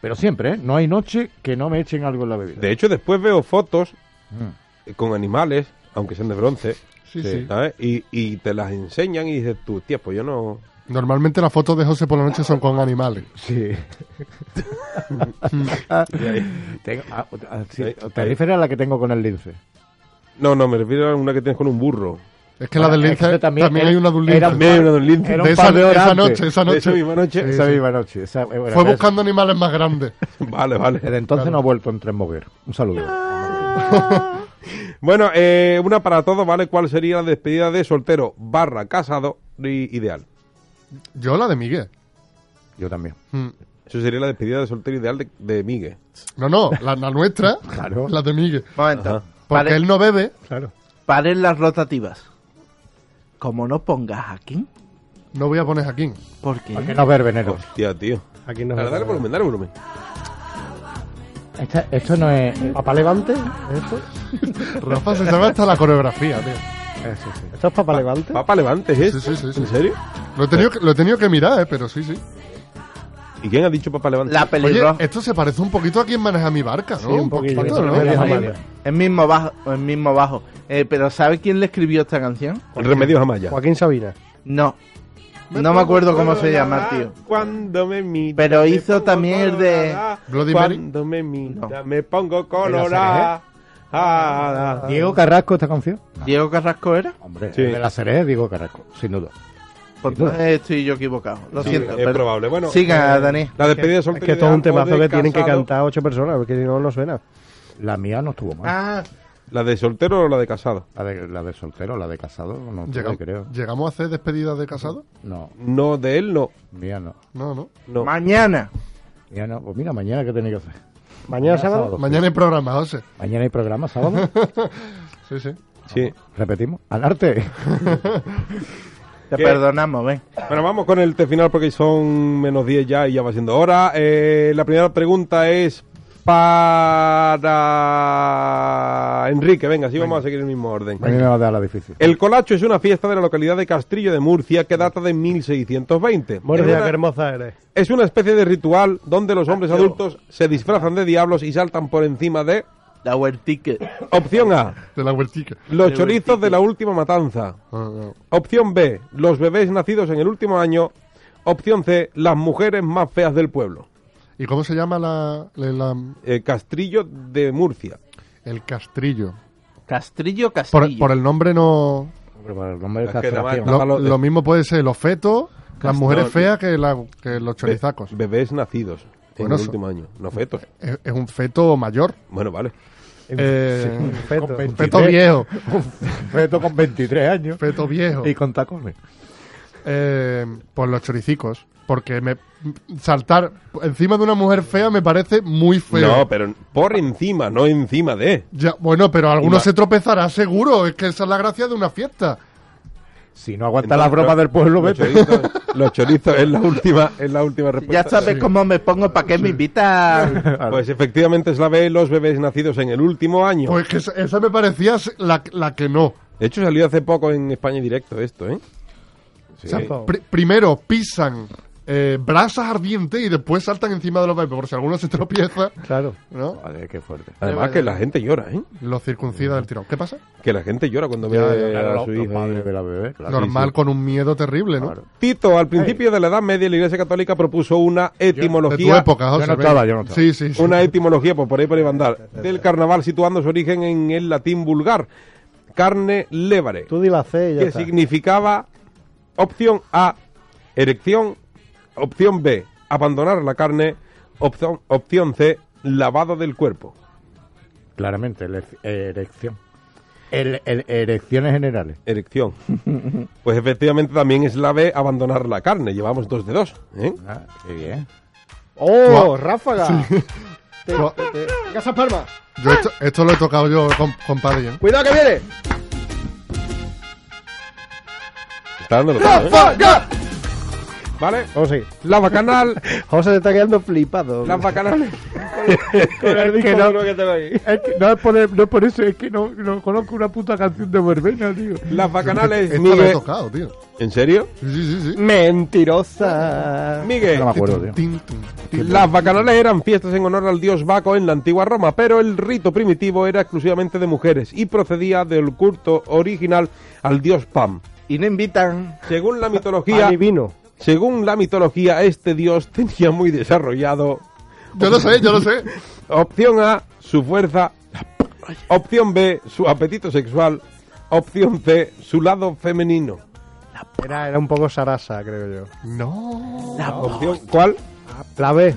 [SPEAKER 4] Pero siempre, ¿eh? No hay noche que no me echen algo en la bebida.
[SPEAKER 2] De hecho, después veo fotos
[SPEAKER 4] Mm.
[SPEAKER 2] con animales, aunque sean de bronce,
[SPEAKER 3] Sí, sí.
[SPEAKER 2] ¿sabes? Y, y te las enseñan y dices tú, tío, pues yo no...
[SPEAKER 3] Normalmente las fotos de José por la noche son con animales.
[SPEAKER 4] Sí. Tengo- ah, ah, sí,
[SPEAKER 2] Ahí,
[SPEAKER 4] ¿Te
[SPEAKER 2] ahí.
[SPEAKER 4] refieres a la que tengo con el lince?
[SPEAKER 2] ¿eh? No, no, me refiero a una que tienes con un burro.
[SPEAKER 3] Es que la del
[SPEAKER 4] Es que
[SPEAKER 3] lince,
[SPEAKER 4] eso
[SPEAKER 3] también,
[SPEAKER 4] también era-
[SPEAKER 3] hay una de un lince.
[SPEAKER 4] era un
[SPEAKER 2] También hay una de un lince.
[SPEAKER 4] Era
[SPEAKER 3] de
[SPEAKER 4] un
[SPEAKER 3] esa,
[SPEAKER 4] par de horas
[SPEAKER 3] esa
[SPEAKER 4] antes.
[SPEAKER 3] noche, esa
[SPEAKER 2] De
[SPEAKER 3] noche.
[SPEAKER 2] esa misma noche.
[SPEAKER 4] Esa misma noche. esa- eh, bueno,
[SPEAKER 3] Fue
[SPEAKER 4] desde-
[SPEAKER 3] buscando animales más grandes.
[SPEAKER 2] Vale, vale.
[SPEAKER 4] Desde entonces no he vuelto a entrar en Moguer. Un saludo.
[SPEAKER 2] Bueno, eh, una para todos, ¿vale? ¿Cuál sería la despedida de soltero barra casado i- ideal?
[SPEAKER 3] Yo la de Miguel.
[SPEAKER 4] Yo también.
[SPEAKER 3] Mm.
[SPEAKER 2] Eso sería la despedida de soltero ideal de, de Migue.
[SPEAKER 3] No, no, la, la nuestra,
[SPEAKER 4] Claro.
[SPEAKER 3] la de Miguel.
[SPEAKER 5] Momento.
[SPEAKER 3] Porque
[SPEAKER 5] Paren,
[SPEAKER 3] él no bebe.
[SPEAKER 4] Claro.
[SPEAKER 5] paren las rotativas. Como no pongas aquí,
[SPEAKER 3] No voy a poner aquí.
[SPEAKER 5] porque
[SPEAKER 4] ¿Por qué no ver veneno?
[SPEAKER 2] Tía, tío.
[SPEAKER 6] Pues, Aquí no
[SPEAKER 2] Dale, dale volumen, dale volumen.
[SPEAKER 4] Esta- esto no es.
[SPEAKER 6] ¿Papá Levante? ¿Esto?
[SPEAKER 3] Rafa se sabe hasta la coreografía, tío.
[SPEAKER 6] ¿Esto es Papá Levante?
[SPEAKER 2] Papa Levante, ¿es
[SPEAKER 3] Sí,
[SPEAKER 2] esto?
[SPEAKER 3] sí, sí, sí.
[SPEAKER 2] ¿eh? ¿En serio?
[SPEAKER 3] Lo he tenido que, lo he tenido que mirar, eh, pero sí, sí.
[SPEAKER 2] ¿Y quién ha dicho Papa Levante?
[SPEAKER 5] la
[SPEAKER 3] Oye,
[SPEAKER 5] pelirroja.
[SPEAKER 3] esto se parece un poquito a quien maneja mi barca, ¿no?
[SPEAKER 6] Sí, un poquillo.
[SPEAKER 3] poquito, ¿no?
[SPEAKER 6] Pero es
[SPEAKER 5] El,
[SPEAKER 6] Jamaica.
[SPEAKER 5] mismo bajo, el mismo bajo. Eh, pero ¿sabe quién le escribió esta canción?
[SPEAKER 2] El remedio Amaya.
[SPEAKER 6] Joaquín Sabina.
[SPEAKER 5] No. No me acuerdo cómo se llama, tío.
[SPEAKER 2] Cuando me mira,
[SPEAKER 5] Pero
[SPEAKER 2] me
[SPEAKER 5] hizo
[SPEAKER 2] pongo
[SPEAKER 5] también el de-
[SPEAKER 2] colorada.
[SPEAKER 3] Bloody
[SPEAKER 2] Cuando me mira, me pongo colorada. Ah, ah, ah.
[SPEAKER 4] Diego Carrasco, esta canción.
[SPEAKER 5] ¿Diego Carrasco era?
[SPEAKER 4] Hombre,
[SPEAKER 2] Sí.
[SPEAKER 4] de la Seré, Diego Carrasco, sin duda.
[SPEAKER 5] Pues
[SPEAKER 4] duda.
[SPEAKER 5] entonces estoy yo equivocado. Lo
[SPEAKER 2] Sí,
[SPEAKER 5] siento.
[SPEAKER 2] es
[SPEAKER 5] pero-
[SPEAKER 2] probable. Bueno,
[SPEAKER 5] Siga,
[SPEAKER 2] eh,
[SPEAKER 5] Dani.
[SPEAKER 2] La despedida de
[SPEAKER 6] Es
[SPEAKER 2] soltero
[SPEAKER 6] que esto es
[SPEAKER 2] ideal
[SPEAKER 6] un temazo
[SPEAKER 2] o
[SPEAKER 6] que
[SPEAKER 2] de
[SPEAKER 6] tienen que
[SPEAKER 2] casado.
[SPEAKER 6] cantar ocho personas, porque si no, no suena.
[SPEAKER 4] La mía no estuvo mal.
[SPEAKER 5] Ah,
[SPEAKER 2] ¿La de soltero o la de casado?
[SPEAKER 4] La, de, la de soltero, la de casado, no estuvo,
[SPEAKER 3] Llegamos,
[SPEAKER 4] creo.
[SPEAKER 3] ¿Llegamos a hacer despedidas de casado?
[SPEAKER 4] No,
[SPEAKER 2] No, de él no.
[SPEAKER 4] mía no.
[SPEAKER 3] No, no.
[SPEAKER 2] no.
[SPEAKER 5] mañana.
[SPEAKER 4] Mía no. Pues mira, mañana que tenéis que hacer.
[SPEAKER 6] ¿Mañana sábado?
[SPEAKER 3] Mañana hay programa, José.
[SPEAKER 4] Mañana hay programa, sábado.
[SPEAKER 3] Sí, sí.
[SPEAKER 2] Sí.
[SPEAKER 4] Repetimos. Al arte.
[SPEAKER 5] Te
[SPEAKER 2] ¿Qué?
[SPEAKER 5] perdonamos, ven.
[SPEAKER 2] Bueno, vamos con el té final porque son menos 10 ya y ya va siendo hora. Eh, la primera pregunta es para Enrique. Venga, sí, vamos a seguir el mismo orden.
[SPEAKER 4] A mí me va a dar la difícil.
[SPEAKER 2] El colacho es una fiesta de la localidad de Castrillo de Murcia que data de 1620.
[SPEAKER 6] Murcia,
[SPEAKER 2] es,
[SPEAKER 6] qué
[SPEAKER 2] una,
[SPEAKER 6] hermosa eres.
[SPEAKER 2] es una especie de ritual donde los hombres adultos se disfrazan de diablos y saltan por encima de...
[SPEAKER 5] La huertique.
[SPEAKER 2] Opción A,
[SPEAKER 3] De la Ah, huertica.
[SPEAKER 2] los chorizos de la última matanza.
[SPEAKER 3] No, no.
[SPEAKER 2] Opción B, los bebés nacidos en el último año. Opción C, las mujeres más feas del pueblo.
[SPEAKER 3] ¿Y cómo se llama la, la- la-
[SPEAKER 2] Eh, Castrillo de Murcia.
[SPEAKER 3] el castrillo?
[SPEAKER 5] Castrillo,
[SPEAKER 3] Por,
[SPEAKER 5] Castillo.
[SPEAKER 3] por el nombre no...
[SPEAKER 4] Hombre, por el nombre de
[SPEAKER 2] Es
[SPEAKER 4] esta
[SPEAKER 2] que nada más-
[SPEAKER 4] atracción.
[SPEAKER 3] Lo,
[SPEAKER 2] Bájalo de-
[SPEAKER 3] lo mismo puede ser los fetos, las
[SPEAKER 2] Castor-
[SPEAKER 3] mujeres feas que, la- que los
[SPEAKER 2] Be-
[SPEAKER 3] chorizacos.
[SPEAKER 2] bebés nacidos en
[SPEAKER 3] Bueno,
[SPEAKER 2] el
[SPEAKER 3] eso-
[SPEAKER 2] último año. No fetos.
[SPEAKER 3] Es, es un feto mayor.
[SPEAKER 2] Bueno, vale.
[SPEAKER 3] Eh,
[SPEAKER 6] Un feto.
[SPEAKER 4] con
[SPEAKER 3] un
[SPEAKER 4] 23.
[SPEAKER 3] feto viejo.
[SPEAKER 4] Feto con 23 años.
[SPEAKER 3] Feto viejo.
[SPEAKER 4] Y con tacones.
[SPEAKER 3] Eh, por los choricicos. Porque me, saltar encima de una mujer fea me parece muy feo.
[SPEAKER 2] No, pero por encima, no encima de.
[SPEAKER 3] Ya, bueno, pero alguno
[SPEAKER 2] Iba-
[SPEAKER 3] se tropezará seguro. Es que esa es la gracia de una fiesta.
[SPEAKER 4] Si no aguanta
[SPEAKER 2] Entonces,
[SPEAKER 4] la broma
[SPEAKER 2] lo-
[SPEAKER 4] del pueblo,
[SPEAKER 2] los
[SPEAKER 4] vete.
[SPEAKER 2] chorizos- Los chorizos es la última, es la última respuesta.
[SPEAKER 5] Ya sabes cómo me pongo, ¿para qué me invita?
[SPEAKER 2] Pues efectivamente es la B, los bebés nacidos en el último año.
[SPEAKER 3] Pues que esa, esa me parecía se- la, la que no.
[SPEAKER 2] De hecho salió hace poco en España directo esto, ¿eh?
[SPEAKER 3] O sea, pri- primero pisan eh, brasas ardientes y después saltan encima de los bebés. Por si alguno se tropieza,
[SPEAKER 6] Claro.
[SPEAKER 3] ¿no?
[SPEAKER 4] Joder, qué fuerte.
[SPEAKER 2] Además que la gente llora, ¿eh?
[SPEAKER 3] Los circuncida del tirón. ¿Qué pasa?
[SPEAKER 2] Que la gente llora cuando ve
[SPEAKER 3] Ya,
[SPEAKER 2] a su
[SPEAKER 4] Los
[SPEAKER 2] hijo. ahí.
[SPEAKER 4] padres de la bebé, claro.
[SPEAKER 3] Normal, con un miedo terrible, ¿no?
[SPEAKER 4] Claro.
[SPEAKER 2] Tito, al principio de la Edad Media, la Iglesia Católica propuso una
[SPEAKER 3] De tu
[SPEAKER 2] etimología.
[SPEAKER 3] época, José.
[SPEAKER 4] no
[SPEAKER 3] venga.
[SPEAKER 4] estaba, yo no estaba.
[SPEAKER 3] Sí, sí, sí.
[SPEAKER 2] Una etimología, pues por ahí por ahí va a andar, del carnaval situando su origen en el latín vulgar, carne levare,
[SPEAKER 6] Tú di la C y ya
[SPEAKER 2] que
[SPEAKER 6] está.
[SPEAKER 2] significaba opción A, erección, opción B, abandonar la carne, opción, opción C, lavado del cuerpo.
[SPEAKER 4] Claramente, ele- erección. El- el- erecciones generales.
[SPEAKER 2] Erección. Pues efectivamente también es la B, abandonar la carne. Llevamos dos de dos. ¿eh?
[SPEAKER 4] Ah, qué bien.
[SPEAKER 6] ¡Oh, ráfaga! Eh, Te-
[SPEAKER 3] Gua-
[SPEAKER 6] te- ¡Casas Palmas!
[SPEAKER 3] Yo esto, esto lo he tocado yo, con compadre. ¿eh?
[SPEAKER 6] ¡Cuidado que viene!
[SPEAKER 2] Está dándolo todo, ¿eh? ¿Vale?
[SPEAKER 6] Vamos a seguir.
[SPEAKER 2] La bacanal.
[SPEAKER 6] Oh, José se está quedando flipado.
[SPEAKER 2] Las bacanales.
[SPEAKER 4] que no, es que no es por, el- no es por eso, es que no, no conozco una puta canción de verbena, tío.
[SPEAKER 2] Las bacanales.
[SPEAKER 3] Esto lo he
[SPEAKER 2] Miguel.
[SPEAKER 3] tocado, tío.
[SPEAKER 2] ¿En serio?
[SPEAKER 3] Sí, sí, sí. sí.
[SPEAKER 6] Mentirosa.
[SPEAKER 2] Miguel.
[SPEAKER 4] No me acuerdo, tío.
[SPEAKER 3] Tin, tin, tin.
[SPEAKER 2] Las bacanales eran fiestas en honor al dios Baco en la antigua Roma, pero el rito primitivo era exclusivamente de mujeres y procedía del culto original al dios Pam.
[SPEAKER 5] Y no invitan.
[SPEAKER 2] Según la mitología,
[SPEAKER 6] Adivino.
[SPEAKER 2] según la mitología, este dios tenía muy desarrollado
[SPEAKER 3] Yo lo sé, yo lo sé.
[SPEAKER 2] opción A, su fuerza, opción B, su apetito sexual, opción C, su lado femenino.
[SPEAKER 6] Era, era un poco sarasa, creo yo.
[SPEAKER 3] No.
[SPEAKER 2] Opción, ¿cuál?
[SPEAKER 6] La B.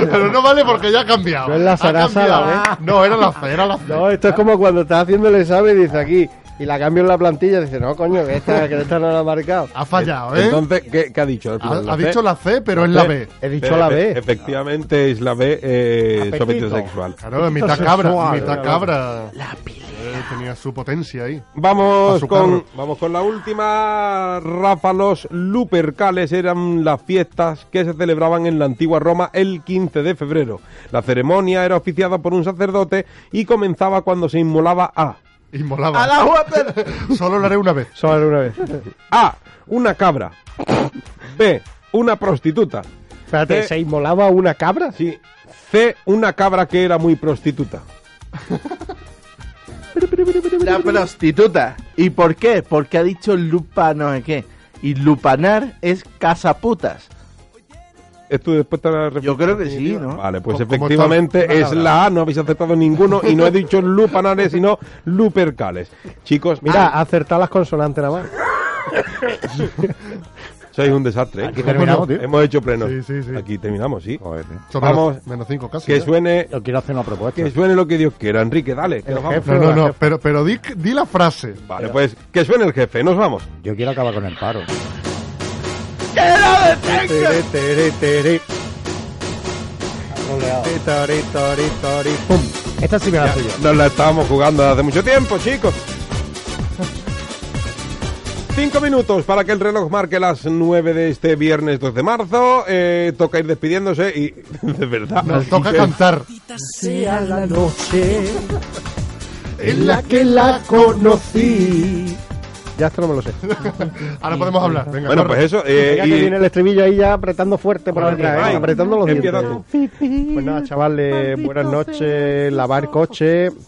[SPEAKER 3] Pero no vale porque ya ha cambiado.
[SPEAKER 6] No es la
[SPEAKER 3] Ha
[SPEAKER 6] zaraza, la
[SPEAKER 4] ¿eh?
[SPEAKER 3] cambiado. No, era la fe, era la fe.
[SPEAKER 6] No, esto es como cuando estás haciéndole sabe y dice aquí, Y la cambio en la plantilla y dice, no, coño, que esta, que esta no la ha marcado.
[SPEAKER 3] Ha fallado, ¿eh?
[SPEAKER 2] Entonces, ¿qué, qué ha dicho? al
[SPEAKER 3] ha
[SPEAKER 2] final?
[SPEAKER 3] ha
[SPEAKER 2] C?
[SPEAKER 3] dicho la C, pero es la B.
[SPEAKER 6] He dicho la
[SPEAKER 2] Efe-
[SPEAKER 6] B.
[SPEAKER 2] Efectivamente, es la B, eh, su apetito sexual.
[SPEAKER 3] Claro, mitad cabra, mitad cabra. La tenía su potencia ahí. Pa'
[SPEAKER 2] Vamos
[SPEAKER 3] su
[SPEAKER 2] con,
[SPEAKER 3] carro.
[SPEAKER 2] vamos con la última, Rafa. Los Lupercales eran las fiestas que se celebraban en la antigua Roma el 15 de febrero. La ceremonia era oficiada por un sacerdote y comenzaba cuando se inmolaba a
[SPEAKER 3] Y molaba. Solo lo haré una vez.
[SPEAKER 6] Solo una vez.
[SPEAKER 2] A. Una cabra. B. Una prostituta.
[SPEAKER 6] Espérate,
[SPEAKER 2] Eh.
[SPEAKER 6] ¿se inmolaba una cabra?
[SPEAKER 2] Sí. C. Una cabra que era muy prostituta.
[SPEAKER 5] La prostituta. ¿Y por qué? Porque ha dicho lupa no sé qué. Y lupanar es casaputas.
[SPEAKER 2] ¿Esto después te la
[SPEAKER 5] Yo creo que sí, ¿no?
[SPEAKER 2] Vale, pues
[SPEAKER 3] Co- como
[SPEAKER 2] efectivamente
[SPEAKER 3] está-
[SPEAKER 2] es la A, no habéis acertado ninguno y no he dicho lupanares, sino lupercales. Chicos,
[SPEAKER 6] Mira,
[SPEAKER 2] mira,
[SPEAKER 6] acertar las consonantes nada más.
[SPEAKER 2] sois un desastre. ¿eh?
[SPEAKER 3] terminamos, tío.
[SPEAKER 2] Hemos hecho pleno.
[SPEAKER 3] Sí, sí, sí.
[SPEAKER 2] Aquí terminamos, sí.
[SPEAKER 3] Son
[SPEAKER 2] Vamos,
[SPEAKER 3] menos- menos cinco casi. ¿eh?
[SPEAKER 2] que
[SPEAKER 3] ya.
[SPEAKER 2] suene,
[SPEAKER 9] Yo quiero hacer una propuesta.
[SPEAKER 2] que suene lo que Dios quiera. Enrique, dale. que
[SPEAKER 6] El
[SPEAKER 2] nos vamos.
[SPEAKER 6] jefe.
[SPEAKER 3] No, no, no, pero, pero di, di la frase.
[SPEAKER 2] Vale, pues que suene el jefe, nos vamos.
[SPEAKER 9] Yo quiero acabar con el paro.
[SPEAKER 6] Tere, tere, tere. Ti, tori, tori, tori, pum.
[SPEAKER 9] Esta sí me la hace yo.
[SPEAKER 2] Nos la estábamos jugando hace mucho tiempo, chicos. Cinco minutos para que el reloj marque las nueve de este viernes 2 de marzo. Eh, toca ir despidiéndose y, de verdad,
[SPEAKER 3] Nos toca cantar.
[SPEAKER 6] Sea la noche
[SPEAKER 3] En la-
[SPEAKER 6] que la conocí. Ya esto no me lo sé.
[SPEAKER 3] Ahora podemos hablar. Venga,
[SPEAKER 2] Bueno,
[SPEAKER 3] corre.
[SPEAKER 2] pues eso. eh,
[SPEAKER 6] Venga,
[SPEAKER 2] y
[SPEAKER 6] que viene el estribillo ahí ya apretando fuerte por detrás,
[SPEAKER 2] Ay,
[SPEAKER 6] ¿eh? apretando los
[SPEAKER 2] empieza
[SPEAKER 6] dientes. Pues nada, chavales, buenas noches, lavar coche.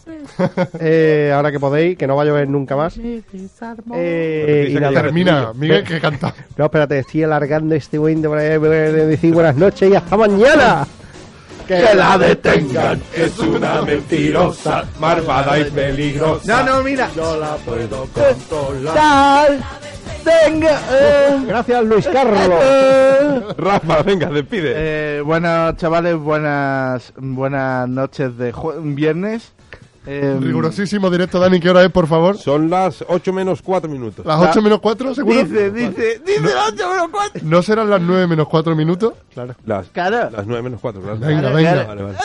[SPEAKER 6] Eh, ahora que podéis, que no va a llover nunca más. Eh, y
[SPEAKER 2] Dice que
[SPEAKER 6] nada.
[SPEAKER 3] Termina, Miguel, que canta.
[SPEAKER 6] no, espérate, estoy alargando este window para de decir buenas noches y hasta mañana. Que la
[SPEAKER 2] detengan, es una mentirosa, malvada y peligrosa.
[SPEAKER 5] no, mira. eh.
[SPEAKER 6] Gracias, Luis Carlos.
[SPEAKER 2] Rafa, venga, despide.
[SPEAKER 5] Eh, bueno, chavales, buenas, buenas noches de jue- viernes. Em,
[SPEAKER 3] Rigurosísimo directo, Dani, ¿qué hora es, por favor?
[SPEAKER 2] Son las 8 menos 4 minutos.
[SPEAKER 3] ¿Las 8 menos 4, seguro?
[SPEAKER 5] Dice, dice, dice el 8 menos 4.
[SPEAKER 3] ¿No serán las 9 menos 4 minutos?
[SPEAKER 2] Las,
[SPEAKER 5] Claro.
[SPEAKER 2] las 9 menos 4, claro.
[SPEAKER 3] Venga,
[SPEAKER 5] Claro,
[SPEAKER 3] venga.
[SPEAKER 2] Vale, vale.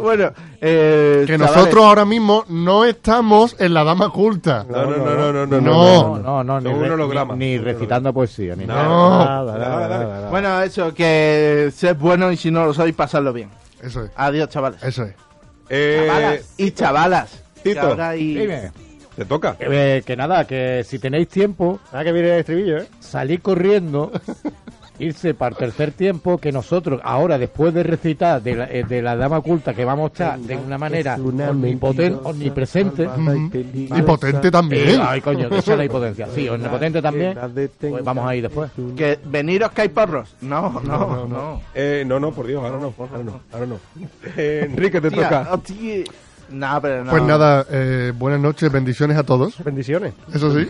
[SPEAKER 5] Bueno, eh,
[SPEAKER 3] Que
[SPEAKER 5] chavales,
[SPEAKER 3] nosotros ahora mismo no estamos en la dama culta.
[SPEAKER 2] No, no, no, no, no, no.
[SPEAKER 3] No.
[SPEAKER 9] No, no, ni,
[SPEAKER 2] Según
[SPEAKER 9] re-
[SPEAKER 2] un holograma.
[SPEAKER 9] ni, ni recitando poesía. Ni nada.
[SPEAKER 3] No.
[SPEAKER 2] Dale, dale.
[SPEAKER 5] Bueno, eso, que sed bueno y si no lo sois, pasadlo bien.
[SPEAKER 3] Eso es,
[SPEAKER 5] Adiós, chavales.
[SPEAKER 3] eso es.
[SPEAKER 2] Eh,
[SPEAKER 5] Chavalas y chavalas. que
[SPEAKER 2] Tito.
[SPEAKER 5] ahora hay-
[SPEAKER 9] Dime.
[SPEAKER 2] te toca.
[SPEAKER 9] Eh, que nada, que si tenéis tiempo,
[SPEAKER 6] Ah, que viene el estribillo, ¿eh?
[SPEAKER 9] salir corriendo, irse para el tercer tiempo, que nosotros ahora, después de recitar de la, eh, de la dama culta, que vamos a estar de una manera omnipoten- omnipresente,
[SPEAKER 3] Y potente
[SPEAKER 9] eh,
[SPEAKER 6] Mm.
[SPEAKER 3] también.
[SPEAKER 9] ay coño, esa es la impotencia, sí, omnipotente también, pues vamos ahí después.
[SPEAKER 5] Que veniros que hay porros. No, no, no.
[SPEAKER 2] Eh, no, no, por Dios, ahora no, ahora no, ahora no. Eh, Enrique, te
[SPEAKER 5] Hostia,
[SPEAKER 2] toca.
[SPEAKER 5] hostia. No, pero no.
[SPEAKER 3] Pues nada, eh, buenas noches, bendiciones a todos.
[SPEAKER 6] Bendiciones.
[SPEAKER 3] Eso sí.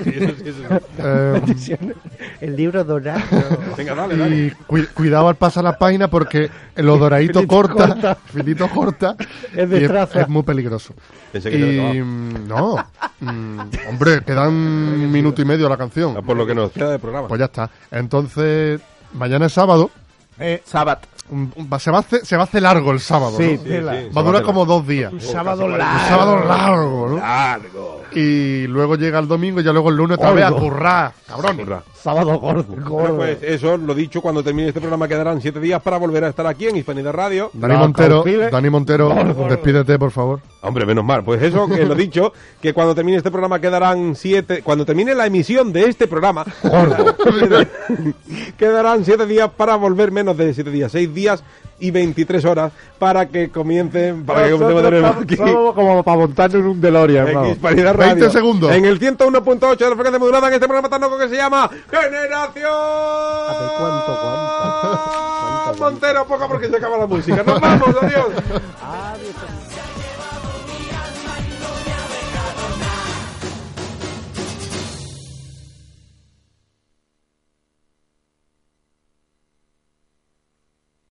[SPEAKER 3] Eh,
[SPEAKER 6] El libro dorado.
[SPEAKER 2] Venga, dale, dale.
[SPEAKER 3] y cui- cuidado al pasar la página porque los doraditos corta, filito corta,
[SPEAKER 6] Es de
[SPEAKER 3] y
[SPEAKER 6] traza.
[SPEAKER 3] es muy peligroso.
[SPEAKER 2] Pensé que te lo
[SPEAKER 3] Y
[SPEAKER 2] tomaba.
[SPEAKER 3] mm, no, Mm, hombre, quedan un minuto y medio a la
[SPEAKER 2] Ah,
[SPEAKER 3] canción.
[SPEAKER 2] Por lo que nos queda de programa.
[SPEAKER 3] Pues ya está. Entonces, mañana es sábado.
[SPEAKER 5] Eh, Sabat.
[SPEAKER 3] Un- un- va- se, va a hacer, se va a hacer largo el sábado.
[SPEAKER 6] Sí,
[SPEAKER 3] ¿no?
[SPEAKER 2] Sí, sí, se
[SPEAKER 3] Va a durar
[SPEAKER 2] hacer
[SPEAKER 3] como dos días. Un
[SPEAKER 6] sábado largo.
[SPEAKER 3] sábado largo, ¿no?
[SPEAKER 2] Largo.
[SPEAKER 3] Y luego llega el domingo y ya luego el lunes otra vez a currar, cabrón.
[SPEAKER 2] Curra.
[SPEAKER 9] Sábado gordo.
[SPEAKER 2] Bueno, pues eso, lo dicho, cuando termine este programa quedarán siete días para volver a estar aquí en Hispanidad Radio.
[SPEAKER 3] Dani
[SPEAKER 9] No,
[SPEAKER 3] Montero,
[SPEAKER 9] cautive.
[SPEAKER 3] Dani Montero, despídete, por favor.
[SPEAKER 2] Hombre, menos mal. Pues eso, que lo dicho, que cuando termine este programa quedarán siete... Cuando termine la emisión de este programa... quedarán siete días para volver, menos de siete días, seis días y 23 horas para que comiencen... Para que comencemos
[SPEAKER 6] Nosotros
[SPEAKER 2] de nuevo
[SPEAKER 6] estamos-
[SPEAKER 2] aquí.
[SPEAKER 6] somos como para montarnos en un DeLorean,
[SPEAKER 2] En
[SPEAKER 6] vamos.
[SPEAKER 2] Hispanidad Radio.
[SPEAKER 3] 20 segundos.
[SPEAKER 2] En el 101.8 de la frecuencia modulada en este programa tan loco que se llama Generación. A
[SPEAKER 6] ver, ¿cuánto, cuánto? ¿Cuánto, cuánto?
[SPEAKER 2] Montero, poco porque se acaba la música. Nos vamos, adiós.